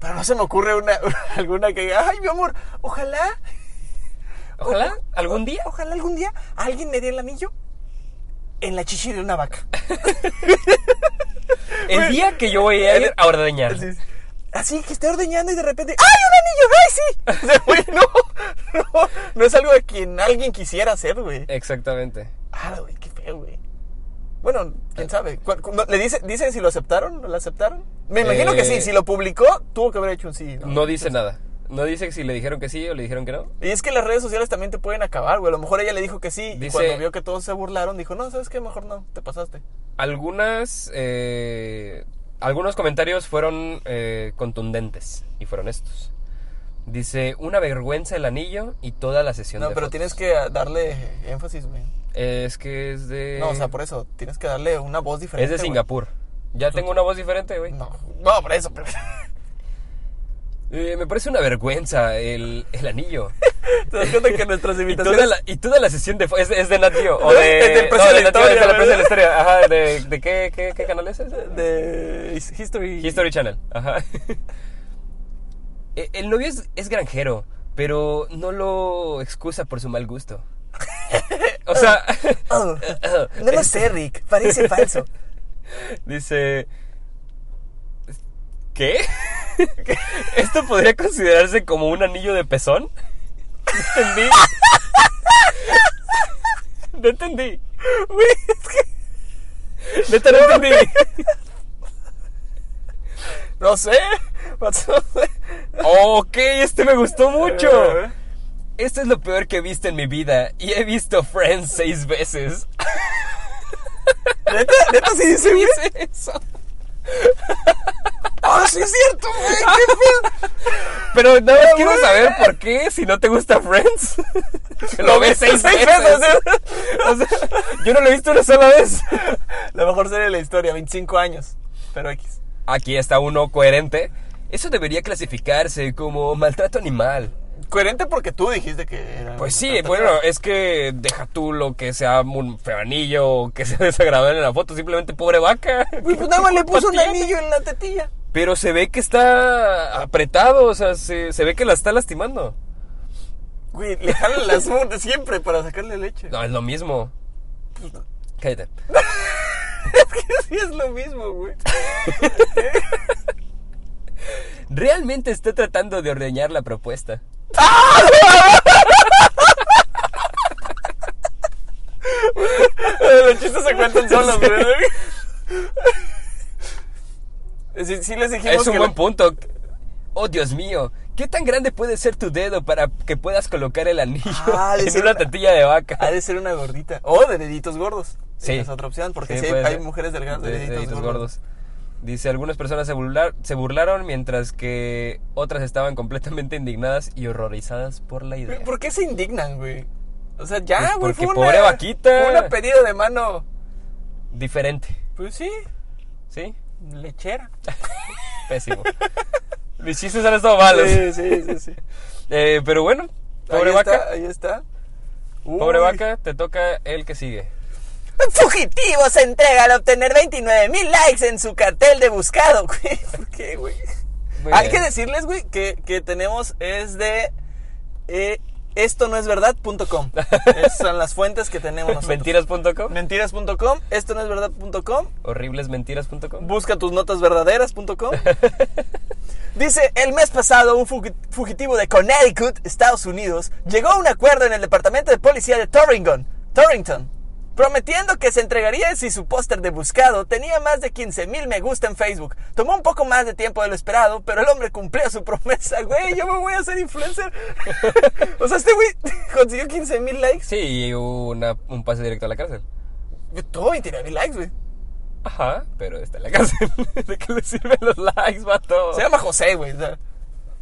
Speaker 1: Pero no se me ocurre una, alguna que diga, ay, mi amor, ojalá,
Speaker 2: Ojalá, algún día.
Speaker 1: ojalá algún día alguien me dé el anillo en la chichi de una vaca.
Speaker 2: El día que yo voy a ir a ordeñar.
Speaker 1: Así, así que esté ordeñando y de repente, ¡ay, un anillo! ¡Ay, sí! O sea, güey, no, no, no es algo de quien alguien quisiera hacer, güey.
Speaker 2: Exactamente.
Speaker 1: Ah, güey, qué feo, güey. Bueno, quién sabe. ¿Cu- cu- no- ¿Le dice, dice si lo aceptaron? ¿No lo aceptaron? Me imagino que sí.
Speaker 2: Eh,
Speaker 1: Si lo publicó, tuvo que haber hecho un sí. ¿no?
Speaker 2: No dice nada. No dice si le dijeron que sí o le dijeron que no.
Speaker 1: Y es que las redes sociales también te pueden acabar, güey. A lo mejor ella le dijo que sí. y
Speaker 2: Dice-
Speaker 1: cuando vio que todos se burlaron, dijo, no, ¿sabes qué? Mejor no, te pasaste.
Speaker 2: Algunas. eh, algunos comentarios fueron eh, contundentes y fueron estos. Dice: Una vergüenza el anillo y toda la sesión
Speaker 1: No,
Speaker 2: de
Speaker 1: pero
Speaker 2: fotos".
Speaker 1: tienes que darle énfasis, güey.
Speaker 2: Eh, Es que es de.
Speaker 1: No, o sea, por eso. Tienes que darle una voz diferente.
Speaker 2: Es de
Speaker 1: güey.
Speaker 2: Singapur. Ya tengo una voz diferente, güey.
Speaker 1: No, no, por eso. pero-
Speaker 2: Eh, me parece una vergüenza el, el anillo.
Speaker 1: Te das cuenta que nuestras
Speaker 2: Y toda,
Speaker 1: invitaciones...
Speaker 2: la, y toda la sesión de... fo- Es, es de Nat Geo, O
Speaker 1: ¿Eh? Es
Speaker 2: de...
Speaker 1: del precio
Speaker 2: no,
Speaker 1: de la
Speaker 2: Nat Geo, es de
Speaker 1: historia,
Speaker 2: la precio de la
Speaker 1: ¿verdad?
Speaker 2: historia. Ajá. ¿De, de qué, qué, qué canal es ese?
Speaker 1: De History...
Speaker 2: History Channel. Ajá. Eh, El novio es, es granjero, pero no lo excusa por su mal gusto. O sea,
Speaker 1: Oh, no lo sé, Rick. Parece falso.
Speaker 2: dice... ¿Qué? ¿Esto podría considerarse como un anillo de pezón? No entendí. No entendí. Neta, no entendí.
Speaker 1: No sé. Matsu.
Speaker 2: Ok, este me gustó mucho.
Speaker 1: Eh.
Speaker 2: Esto es lo peor que he visto en mi vida y he visto Friends seis veces.
Speaker 1: ¿Neta? ¿Neta sí dice, güey?
Speaker 2: Dice eso.
Speaker 1: ¡Ah, sí es cierto, güey! ¡Qué pedo!
Speaker 2: Pero nada más quiero saber por qué si no te gusta Friends que lo ves seis veces.
Speaker 1: ¿eh?
Speaker 2: O sea, yo no lo he visto una sola vez.
Speaker 1: La mejor serie de la historia, 25 años. Pero X.
Speaker 2: Aquí está uno coherente. Eso debería clasificarse como maltrato animal.
Speaker 1: Coherente porque tú dijiste que era.
Speaker 2: Pues sí, bueno, es que deja tú lo que sea un feo anillo o que sea desagradable en la foto, simplemente pobre vaca.
Speaker 1: Güey, pues nada más le puso un
Speaker 2: Patilla.
Speaker 1: anillo en la tetilla.
Speaker 2: Pero se ve que está apretado, o sea, se, se ve que la está lastimando.
Speaker 1: Güey, le jalan las mulas siempre para sacarle leche.
Speaker 2: No, es lo mismo. Pues, Cállate.
Speaker 1: Sí, es lo mismo, güey.
Speaker 2: Realmente está tratando de ordeñar la propuesta.
Speaker 1: La
Speaker 3: chistes se cuentan solos, güey. Sí, sí les dijimos
Speaker 2: Es un
Speaker 3: que
Speaker 2: buen
Speaker 3: la-
Speaker 2: punto. Oh, Dios mío. ¿Qué tan grande puede ser tu dedo para que puedas colocar el anillo
Speaker 1: Ah, de
Speaker 2: en
Speaker 1: ser
Speaker 2: una
Speaker 1: una-
Speaker 2: tetilla de vaca?
Speaker 1: Ha de ser una gordita. O de deditos gordos.
Speaker 2: Sí.
Speaker 1: Sí. Esa es otra opción, porque
Speaker 2: Sí,
Speaker 1: sí,
Speaker 2: puede
Speaker 1: hay
Speaker 2: ser.
Speaker 1: mujeres delgadas de, deditos, gordos.
Speaker 2: Dice, algunas personas se, burlar- se burlaron mientras que otras estaban completamente indignadas y horrorizadas por la idea.
Speaker 1: Güey, ¿Por qué se indignan, güey? O sea, ya,
Speaker 2: Pues
Speaker 1: güey.
Speaker 2: porque
Speaker 1: fue
Speaker 2: pobre
Speaker 1: una,
Speaker 2: vaquita.
Speaker 1: Fue una pedida de mano.
Speaker 2: Diferente,
Speaker 1: Pues sí,
Speaker 2: ¿sí?
Speaker 1: lechera.
Speaker 2: Pésimo. Mis chistes han estado malos.
Speaker 1: Sí, sí, sí. sí.
Speaker 2: Eh, pero bueno, pobre
Speaker 1: ahí
Speaker 2: vaca,
Speaker 1: Está, ahí está.
Speaker 2: pobre
Speaker 1: Uy.
Speaker 2: vaca, te toca el que sigue.
Speaker 1: Fugitivo se entrega al obtener 29 mil likes en su cartel de buscado, güey. ¿Por qué, güey?
Speaker 2: Muy
Speaker 1: Hay
Speaker 2: bien.
Speaker 1: que decirles, güey, que, que tenemos es de eh, esto no es verdad.com. Esas son las fuentes que tenemos nosotros.
Speaker 2: Mentiras.com,
Speaker 1: Mentiras.com, esto no es verdad.com,
Speaker 2: horriblesmentiras.com.
Speaker 1: busca tus notas verdaderas.com. Dice, el mes pasado un fugi- fugitivo de Connecticut, Estados Unidos, llegó a un acuerdo en el Departamento de Policía de Torrington, Torrington prometiendo que se entregaría si su póster de buscado tenía más de 15 mil me gusta en Facebook. Tomó un poco más de tiempo de lo esperado, pero el hombre cumplió su promesa. Güey, yo me voy a hacer influencer. o sea, este güey consiguió 15 mil likes.
Speaker 2: Sí, y una, un pase directo a la cárcel.
Speaker 1: Yo tuve 29 mil likes, güey.
Speaker 2: Ajá, pero está en la cárcel. ¿De qué le sirven los likes, vato?
Speaker 1: Se llama José, güey. o sea.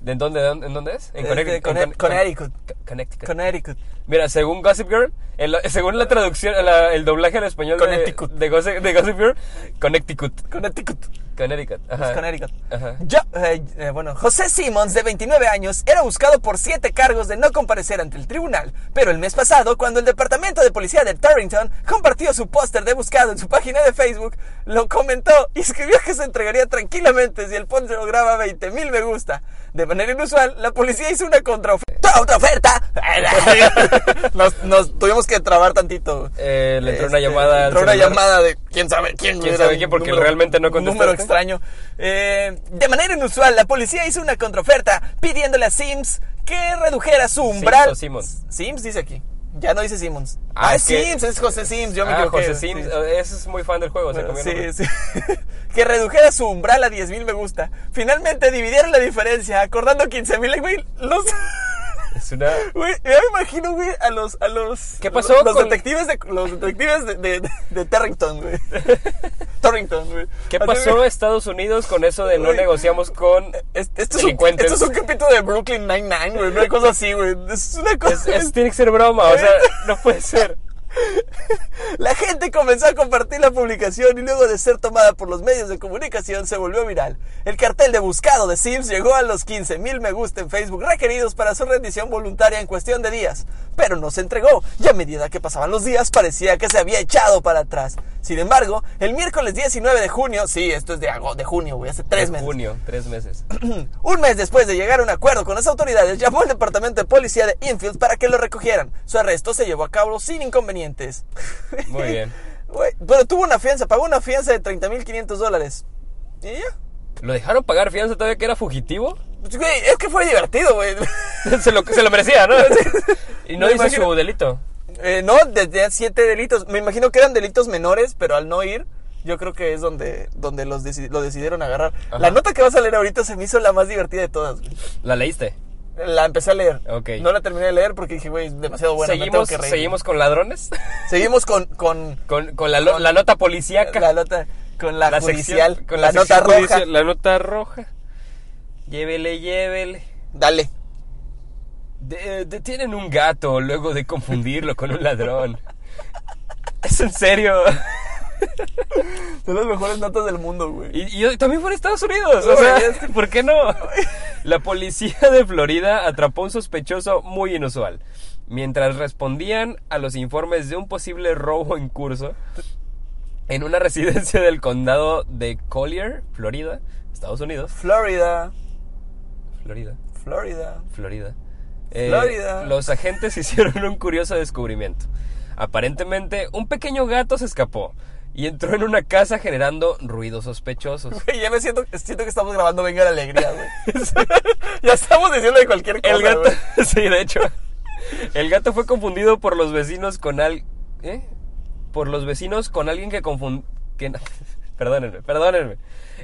Speaker 2: ¿De dónde, de dónde- en dónde es? En
Speaker 1: Este,
Speaker 2: Connecticut.
Speaker 1: Conne-
Speaker 2: en Con-
Speaker 1: Connecticut.
Speaker 2: Con- Connecticut.
Speaker 1: Connecticut.
Speaker 2: Mira, según Gossip Girl, el- según la traducción, la- el doblaje al español de-
Speaker 1: Connecticut.
Speaker 2: De, Gossip, de Gossip Girl, Connecticut.
Speaker 1: Connecticut.
Speaker 2: Connecticut. Ajá.
Speaker 1: Es Connecticut.
Speaker 2: Ajá.
Speaker 1: Yo, eh, eh, bueno, José Simmons, de 29 años, era buscado por siete cargos de no comparecer ante el tribunal. Pero el mes pasado, cuando el departamento de policía de Torrington compartió su póster de buscado en su página de Facebook, lo comentó y escribió que se entregaría tranquilamente si el póster lograba 20 mil me gusta. De manera inusual, la policía hizo una contraoferta. ¡Contraoferta! nos, nos tuvimos que trabar tantito.
Speaker 2: Eh, le entró una
Speaker 1: Este,
Speaker 2: llamada. al
Speaker 1: entró una
Speaker 2: celular.
Speaker 1: llamada de quién sabe quién.
Speaker 2: ¿Quién
Speaker 1: era
Speaker 2: sabe
Speaker 1: un
Speaker 2: quién? Porque realmente no
Speaker 1: un Número
Speaker 2: contestaste.
Speaker 1: extraño. Eh, de manera inusual, la policía hizo una contraoferta pidiéndole a Sims que redujera su umbral.
Speaker 2: o Simmons?
Speaker 1: Sims dice aquí. Ya no dice Simmons.
Speaker 2: Ah,
Speaker 1: Ah,
Speaker 2: es
Speaker 1: es
Speaker 2: que-
Speaker 1: Sims, es José Sims. Yo me
Speaker 2: Ah,
Speaker 1: equivoqué.
Speaker 2: José Sims,
Speaker 1: Sí.
Speaker 2: eh, ese es muy fan del juego. se
Speaker 1: Bueno,
Speaker 2: comió el
Speaker 1: sí, sí.
Speaker 2: nombre.
Speaker 1: que redujera su umbral a 10.000 me gusta. Finalmente dividieron la diferencia, acordando 15.000. Güey, los.
Speaker 2: Es una.
Speaker 1: Güey, yo me imagino, güey, a los, a los...
Speaker 2: ¿Qué pasó
Speaker 1: Los
Speaker 2: con-
Speaker 1: detectives de... Los detectives de, de, de Torrington, güey. Torrington, güey.
Speaker 2: ¿Qué
Speaker 1: Así,
Speaker 2: pasó eh?
Speaker 1: güey,
Speaker 2: Estados Unidos con eso de no
Speaker 1: Güey.
Speaker 2: negociamos con
Speaker 1: es- Esto es, un,
Speaker 2: delincuentes?
Speaker 1: esto es un capítulo de Brooklyn Nine-Nine, güey. No hay cosa así, güey. Es una cosa...
Speaker 2: Es- es- tiene que ser broma, o sea, no puede ser.
Speaker 1: La gente comenzó a compartir la publicación y luego de ser tomada por los medios de comunicación se volvió viral. El cartel de buscado de Sims llegó a los 15.000 me gusta en Facebook requeridos para su rendición voluntaria en cuestión de días, pero no se entregó y a medida que pasaban los días parecía que se había echado para atrás. Sin embargo, el miércoles 19 de junio, sí, esto es de, ago- de junio, güey, hace tres
Speaker 2: En
Speaker 1: meses.
Speaker 2: Junio, tres meses.
Speaker 1: Un mes después de llegar a un acuerdo con las autoridades, llamó al departamento de policía de Infield para que lo recogieran. Su arresto se llevó a cabo sin inconvenientes.
Speaker 2: Muy bien.
Speaker 1: Güey, pero tuvo una fianza, pagó una fianza de 30.500 dólares. ¿Y ya?
Speaker 2: ¿Lo dejaron pagar fianza todavía que era fugitivo?
Speaker 1: Pues, Güey, es que fue divertido, güey.
Speaker 2: se, lo, se lo merecía, ¿no? y no
Speaker 1: Me
Speaker 2: dice
Speaker 1: imagino-
Speaker 2: su delito.
Speaker 1: Eh, no, desde siete delitos. Me imagino que eran delitos menores, pero al no ir, yo creo que es donde, donde los deci- lo decidieron agarrar.
Speaker 2: Ajá.
Speaker 1: La nota que vas a leer ahorita se me hizo la más divertida de todas, güey.
Speaker 2: ¿La leíste?
Speaker 1: La empecé a leer.
Speaker 2: Ok.
Speaker 1: No la terminé de leer porque dije, güey, es demasiado buena. me tengo
Speaker 2: seguimos,
Speaker 1: que reír.
Speaker 2: seguimos con ladrones,
Speaker 1: Seguimos con, con
Speaker 2: con, con la, lo- la nota policíaca.
Speaker 1: la nota, con la,
Speaker 2: La
Speaker 1: judicial,
Speaker 2: sección-
Speaker 1: con la, nota
Speaker 2: sección
Speaker 1: roja.
Speaker 2: judicial, La nota roja. Llévele, llévele.
Speaker 1: Dale.
Speaker 2: De- eh, detienen un gato luego de confundirlo con un ladrón. Es en serio.
Speaker 1: Son las mejores notas del mundo, güey.
Speaker 2: Y, y yo- también fue en Estados Unidos. O
Speaker 1: Güey,
Speaker 2: sea, este,
Speaker 1: es que-
Speaker 2: ¿por qué no? La policía de Florida atrapó a un sospechoso muy inusual. Mientras respondían a los informes de un posible robo en curso en una residencia del condado de Collier, Florida, Estados Unidos.
Speaker 1: Florida,
Speaker 2: Florida.
Speaker 1: Florida.
Speaker 2: Florida. Eh,
Speaker 1: Florida.
Speaker 2: Los agentes hicieron un curioso descubrimiento. Aparentemente, un pequeño gato se escapó y entró en una casa generando ruidos sospechosos.
Speaker 1: Güey, ya me siento, siento que estamos grabando Venga la Alegría, güey. ya estamos diciendo de cualquier cosa,
Speaker 2: El gato,
Speaker 1: güey.
Speaker 2: sí, de hecho, el gato fue confundido por los vecinos con al, ¿eh? por los vecinos con alguien que confund... que- perdónenme, perdónenme.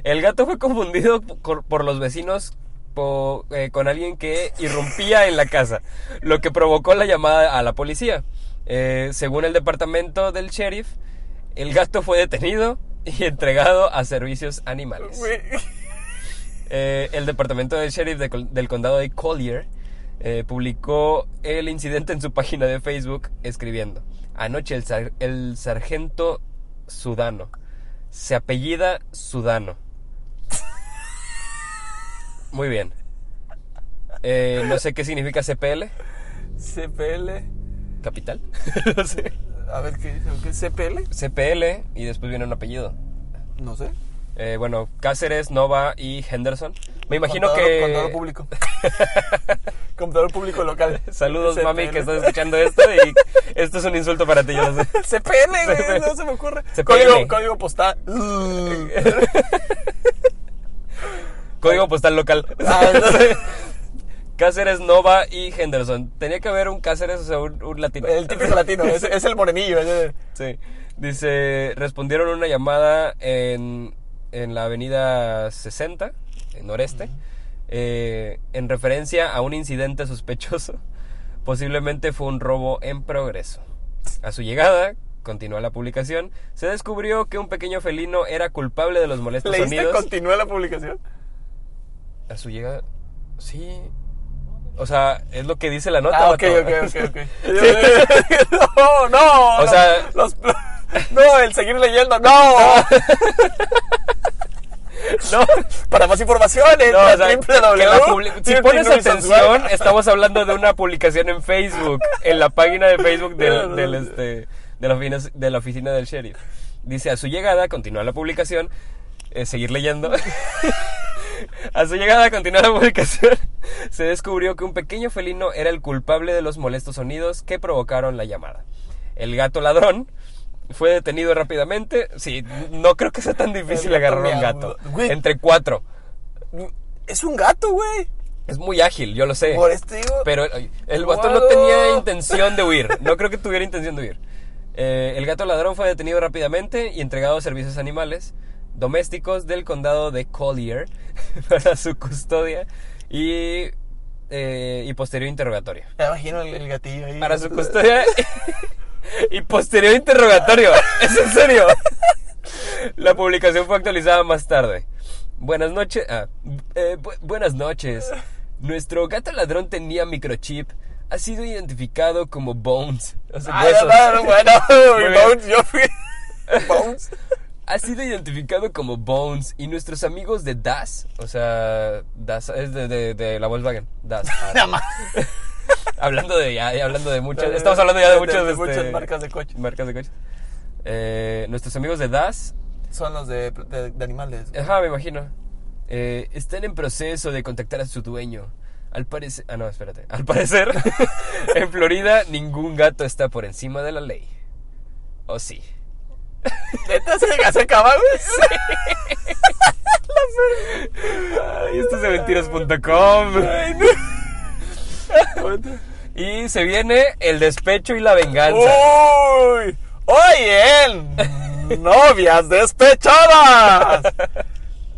Speaker 2: El gato fue confundido por, por los vecinos po- eh, con alguien que irrumpía en la casa, lo que provocó la llamada a la policía. Eh, según el departamento del sheriff, el gato fue detenido y entregado a servicios animales.
Speaker 3: Güey.
Speaker 2: Eh, el departamento del sheriff de col- del condado de Collier eh, publicó el incidente en su página de Facebook escribiendo, anoche el, sar- el sargento Sudano, se apellida Sudano. Muy bien. Eh, no sé qué significa CPL,
Speaker 1: CPL.
Speaker 2: capital. No sé.
Speaker 1: A ver qué dice. ¿Qué es CPL?
Speaker 2: CPL y después viene un apellido.
Speaker 1: No sé.
Speaker 2: Eh, bueno, Cáceres, Nova y Henderson. Me imagino
Speaker 1: Contador-
Speaker 2: que...
Speaker 1: Contador público. Contador público local.
Speaker 2: Saludos,
Speaker 1: CPL.
Speaker 2: mami, que estás escuchando esto y esto es un insulto para ti, yo lo sé.
Speaker 1: CPL, güey.
Speaker 2: CPL.
Speaker 1: No se me ocurre.
Speaker 2: CPL.
Speaker 1: Código, código postal.
Speaker 2: Código postal local.
Speaker 1: Ah, entonces-
Speaker 2: Cáceres, Nova y Henderson. Tenía que haber un Cáceres, o sea, un, un latino.
Speaker 1: El típico latino. Es, es el morenillo. es-
Speaker 2: Sí. Dice, respondieron una llamada en, en la avenida 60, en noreste, eh, en referencia a un incidente sospechoso. Posiblemente fue un robo en progreso. A su llegada, continúa la publicación, se descubrió que un pequeño felino era culpable de los molestos
Speaker 1: ¿Leíste?
Speaker 2: sonidos.
Speaker 1: Continúa la publicación.
Speaker 2: A su llegada, sí. O sea, es lo que dice la nota.
Speaker 1: Ah, ok,
Speaker 2: vato.
Speaker 1: ok, ok, ok. No, no.
Speaker 2: O
Speaker 1: no.
Speaker 2: sea-
Speaker 1: Los- no, el seguir leyendo, no.
Speaker 2: No,
Speaker 1: Para más información,
Speaker 2: No,
Speaker 1: entra
Speaker 2: o sea,
Speaker 1: triple
Speaker 2: que la
Speaker 1: W,
Speaker 2: publi- si
Speaker 1: triple
Speaker 2: pones
Speaker 1: W
Speaker 2: atención,
Speaker 1: sensual.
Speaker 2: estamos hablando de una publicación en Facebook, en la página de Facebook del, del, este, de, la oficina, de la oficina del sheriff. Dice, a su llegada, continúa la publicación, eh, seguir leyendo. a su llegada, continúa la publicación, se descubrió que un pequeño felino era el culpable de los molestos sonidos que provocaron la llamada. El gato ladrón... Fue detenido rápidamente. Sí, no creo que sea tan difícil
Speaker 1: gato
Speaker 2: agarrar a un
Speaker 1: miau.
Speaker 2: gato.
Speaker 1: Güey.
Speaker 2: Entre cuatro.
Speaker 1: Es un gato, güey.
Speaker 2: Es muy ágil, yo lo sé.
Speaker 1: Por esto digo.
Speaker 2: Pero el, el vato no
Speaker 1: Guau.
Speaker 2: tenía intención de huir. No creo que tuviera intención de huir. Eh, el gato ladrón fue detenido rápidamente y entregado a servicios animales domésticos del condado de Collier para su custodia y, eh, y posterior interrogatorio.
Speaker 1: Me imagino el, el gatillo ahí.
Speaker 2: Para su custodia y posterior interrogatorio. ¿Es en serio? La publicación fue actualizada más tarde. Buenas noches. ah, eh, bu- buenas noches. Nuestro gato ladrón tenía microchip. Ha sido identificado como Bones. o sea,
Speaker 1: Ah,
Speaker 2: huesos.
Speaker 1: no, no, bueno,
Speaker 2: Muy bien.
Speaker 1: Bones, yo fui. Bones.
Speaker 2: Ha sido identificado como Bones y nuestros amigos de Das, o sea, Das es de, de- de la Volkswagen, Das. Ah, hablando de ya, ya hablando de muchas, estamos hablando ya de, muchas, este,
Speaker 1: muchas marcas Eh, de coche.
Speaker 2: marcas de coches. Eh, nuestros amigos de DAS,
Speaker 1: Son los de, de- de animales.
Speaker 2: ajá, me imagino, eh, están en proceso de contactar a su dueño. Al parecer, ah, no, espérate. Al parecer, en Florida ningún gato está por encima de la ley. ¿O sí?
Speaker 1: ¿Neta se, se acaba, güey?
Speaker 2: Ay, esto es de mentiras.com. y se viene el despecho y la
Speaker 1: Oh,
Speaker 2: venganza.
Speaker 1: ¡Uy! ¡Oye! él! ¡Novias despechadas!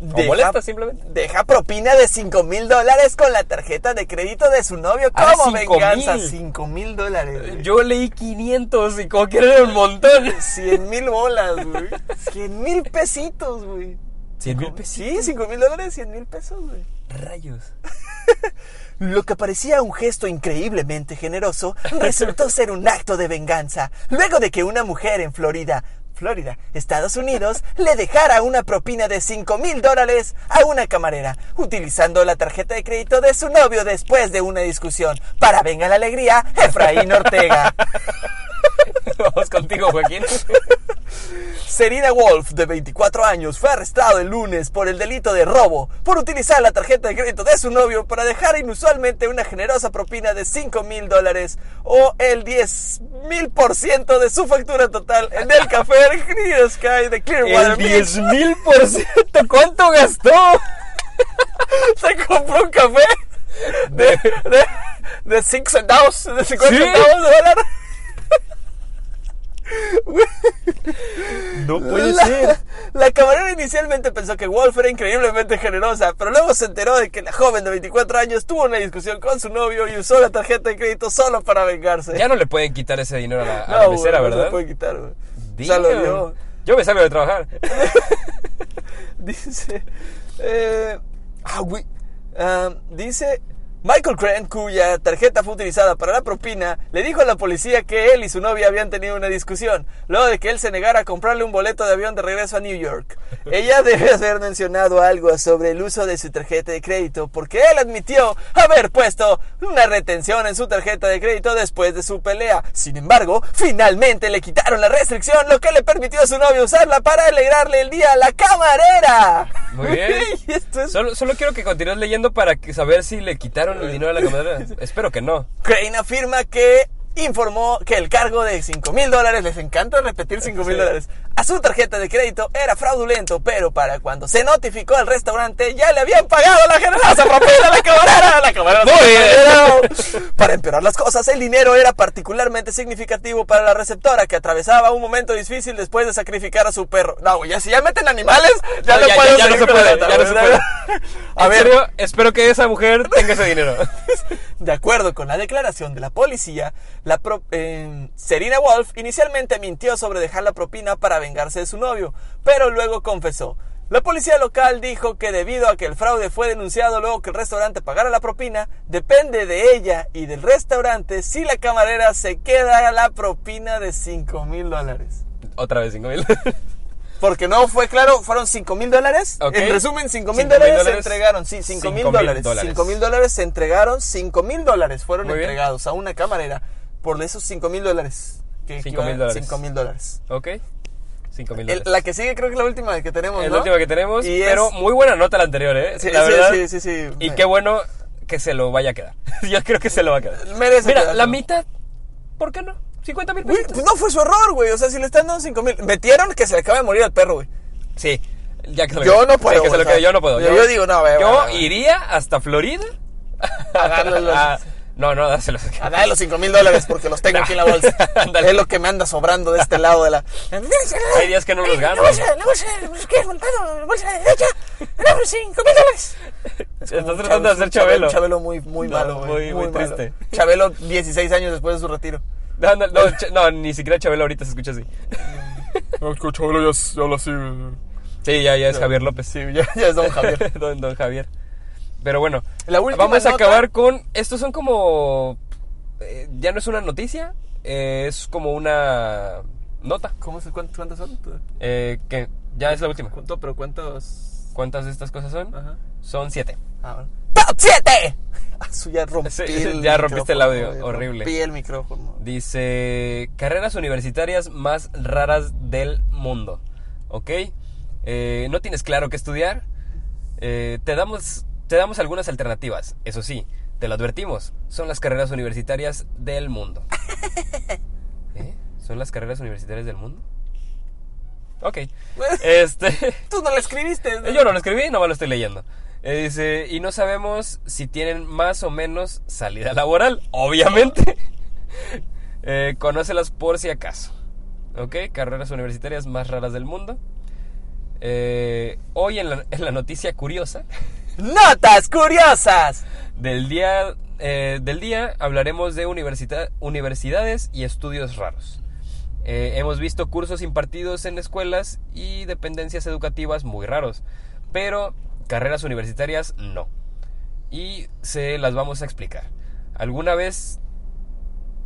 Speaker 2: o molesta simplemente.
Speaker 1: Deja propina de 5 mil dólares con la tarjeta de crédito de su novio.
Speaker 2: Ah,
Speaker 1: ¿Cómo
Speaker 2: 5,000.
Speaker 1: venganza? 5 mil dólares.
Speaker 2: Yo leí 500 y como quiera era un montón.
Speaker 1: 100 mil bolas, güey. 100 mil pesitos, güey.
Speaker 2: 100 mil
Speaker 1: Sí, 5 mil dólares, 100 mil pesos, güey.
Speaker 2: Rayos.
Speaker 1: Lo que parecía un gesto increíblemente generoso resultó ser un acto de venganza, luego de que una mujer en Florida, Florida, Estados Unidos, le dejara una propina de 5 mil dólares a una camarera, utilizando la tarjeta de crédito de su novio después de una discusión. Para venga la alegría, Efraín Ortega.
Speaker 2: Vamos contigo, Joaquín.
Speaker 1: Serena Wolf, de 24 años, fue arrestado el lunes por el delito de robo por utilizar la tarjeta de crédito de su novio para dejar inusualmente una generosa propina de 5 mil dólares o el 10 mil por ciento de su factura total en el café del Clear Sky de Clearwater
Speaker 2: El
Speaker 1: Beach.
Speaker 2: 10 mil por ciento. ¿Cuánto gastó?
Speaker 1: Se compró un café de, de, de 5 centavos, de 50
Speaker 2: Sí.
Speaker 1: centavos de dólar.
Speaker 2: No puede
Speaker 1: la,
Speaker 2: ser.
Speaker 1: la camarera inicialmente pensó que Wolf era increíblemente generosa, pero luego se enteró de que la joven de 24 años tuvo una discusión con su novio y usó la tarjeta de crédito solo para vengarse.
Speaker 2: Ya no le pueden quitar ese dinero a la, a la
Speaker 1: No,
Speaker 2: mesera,
Speaker 1: güey, No
Speaker 2: ¿verdad?
Speaker 1: se puede quitar, güey. O sea, lo
Speaker 2: Damn.
Speaker 1: dio.
Speaker 2: Yo me salgo de trabajar.
Speaker 1: Dice. eh, ah, güey. Ah, dice. Michael Crane, cuya tarjeta fue utilizada para la propina, le dijo a la policía que él y su novia habían tenido una discusión, luego de que él se negara a comprarle un boleto de avión de regreso a New York. Ella debe haber mencionado algo sobre el uso de su tarjeta de crédito, porque él admitió haber puesto una retención en su tarjeta de crédito después de su pelea. Sin embargo, finalmente le quitaron la restricción, lo que le permitió a su novia usarla para alegrarle el día a la camarera.
Speaker 2: Muy bien.
Speaker 1: Y esto es
Speaker 2: Solo, solo quiero que continúes leyendo para que- saber si le quitaron el dinero a la camarera. Espero que no.
Speaker 1: Crane afirma que informó que el cargo de 5 mil dólares, les encanta repetir 5 mil
Speaker 2: Sí.
Speaker 1: dólares, a su tarjeta de crédito era fraudulento, pero para cuando se notificó al restaurante ya le habían pagado la generosa propina a la camarera, la camarera. se
Speaker 2: Muy bien.
Speaker 1: enteró. Para empeorar las cosas, el dinero era particularmente significativo para la receptora que atravesaba un momento difícil después de sacrificar a su perro. No, güey, ya si ya meten animales, ya
Speaker 2: No,
Speaker 1: no,
Speaker 2: ya-
Speaker 1: pueden
Speaker 2: ya- ya no
Speaker 1: seguir
Speaker 2: se
Speaker 1: con la
Speaker 2: puede, ya no se
Speaker 1: tabla. A
Speaker 2: En
Speaker 1: ver,
Speaker 2: serio, espero que esa mujer tenga ese dinero.
Speaker 1: de acuerdo con la declaración de la policía, la pro- eh, Serena Wolf inicialmente mintió sobre dejar la propina para vengarse de su novio, pero luego confesó. La policía local dijo que debido a que el fraude fue denunciado luego que el restaurante pagara la propina, depende de ella y del restaurante si la camarera se queda la propina de 5 mil dólares.
Speaker 2: Otra vez 5 mil.
Speaker 1: Porque no fue claro, fueron 5 mil dólares.
Speaker 2: Ok.
Speaker 1: En resumen, 5 mil
Speaker 2: Cinco mil
Speaker 1: dólares se
Speaker 2: dólares.
Speaker 1: entregaron. Sí, 5 mil
Speaker 2: Cinco mil
Speaker 1: dólares.
Speaker 2: dólares.
Speaker 1: 5 mil dólares se entregaron. 5 mil dólares fueron
Speaker 2: Muy bien.
Speaker 1: entregados a una camarera por esos 5 mil dólares. que
Speaker 2: Cinco mil
Speaker 1: equivalen-
Speaker 2: dólares.
Speaker 1: cinco mil dólares.
Speaker 2: Ok. 5 mil
Speaker 1: El-
Speaker 2: dólares.
Speaker 1: La que sigue creo que es la última que tenemos,
Speaker 2: Es
Speaker 1: ¿no?
Speaker 2: la última que tenemos.
Speaker 1: Y es-
Speaker 2: pero muy buena nota la anterior, ¿eh?
Speaker 1: Sí,
Speaker 2: la
Speaker 1: sí,
Speaker 2: verdad.
Speaker 1: sí, sí, sí.
Speaker 2: Y
Speaker 1: Me-
Speaker 2: qué bueno que se lo vaya a quedar. Yo creo que se lo va a quedar.
Speaker 1: Merece
Speaker 2: Mira,
Speaker 1: quedarse.
Speaker 2: la mitad. ¿Por qué no? 50 mil
Speaker 1: Güey,
Speaker 2: pesos.
Speaker 1: pues no fue su error, güey. O sea, si le están dando 5 mil. Metieron que se le acaba de morir al perro, güey.
Speaker 2: Sí. Ya que se lo
Speaker 1: Yo
Speaker 2: quede.
Speaker 1: no puedo,
Speaker 2: Ya que se lo
Speaker 1: o sea,
Speaker 2: quede, yo no puedo.
Speaker 1: yo- yo digo, no, a ver,
Speaker 2: Yo
Speaker 1: a ver, a ver.
Speaker 2: iría hasta Florida.
Speaker 1: A darle los- Ah,
Speaker 2: Ah, no, no, dáselos.
Speaker 1: A darle los 5 mil dólares porque los tengo aquí en la bolsa.
Speaker 2: Ándale.
Speaker 1: es lo que me anda sobrando de este lado de la.
Speaker 2: Hay días que no los gano.
Speaker 1: la bolsa, pues, ¿qué es montado? La bolsa de derecha, dame 5 mil dólares.
Speaker 2: Estás tratando de
Speaker 1: es un
Speaker 2: hacer Chabelo.
Speaker 1: Un Chabelo muy, muy
Speaker 2: No,
Speaker 1: malo, güey,
Speaker 2: muy- muy
Speaker 1: malo.
Speaker 2: triste.
Speaker 1: Chabelo, 16 años después de su retiro.
Speaker 2: No, no, no, Ch- no, ni siquiera Chabelo ahorita se escucha así.
Speaker 3: No, es que Chabelo ya, es- ya habla así. eh.
Speaker 2: Sí, ya, ya es Javier López.
Speaker 1: Sí, ya, ya es don Javier.
Speaker 2: don, don Javier. Pero bueno,
Speaker 1: La última
Speaker 2: vamos a
Speaker 1: nota.
Speaker 2: acabar con. Estos son como. eh, ya no es una noticia, eh, es como una nota.
Speaker 1: ¿Cómo se, cuántos, ¿Cuántos son?
Speaker 2: eh, que ya es la última.
Speaker 1: ¿Cuánto, pero cuántos?
Speaker 2: ¿Cuántas de estas cosas son?
Speaker 1: Ajá.
Speaker 2: Son siete.
Speaker 1: Ah, bueno. ¡Top 7! ya rompí
Speaker 2: Sí,
Speaker 1: el
Speaker 2: ya rompiste el
Speaker 1: micrófono,
Speaker 2: audio,
Speaker 1: güey,
Speaker 2: horrible.
Speaker 1: Rompí el micrófono.
Speaker 2: Dice, carreras universitarias más raras del mundo. ¿Ok? Eh, no tienes claro qué estudiar. Eh, te, damos, te damos algunas alternativas. Eso sí, te lo advertimos. Son las carreras universitarias del mundo. ¿Eh? ¿Son las carreras universitarias del mundo? Ok. Este...
Speaker 1: Pues, Tú no lo escribiste. ¿no?
Speaker 2: Eh, Yo no lo escribí, nomás lo estoy leyendo. Eh, dice, y no sabemos si tienen más o menos salida laboral, obviamente. Eh, conócelas por si acaso. ¿Ok? Carreras universitarias más raras del mundo. Eh, hoy en la, en la noticia curiosa
Speaker 1: ¡Notas curiosas!
Speaker 2: del día, eh, del día hablaremos de universita- universidades y estudios raros. Eh, hemos visto cursos impartidos en escuelas y dependencias educativas muy raros, pero carreras universitarias no. Y se las vamos a explicar. Alguna vez,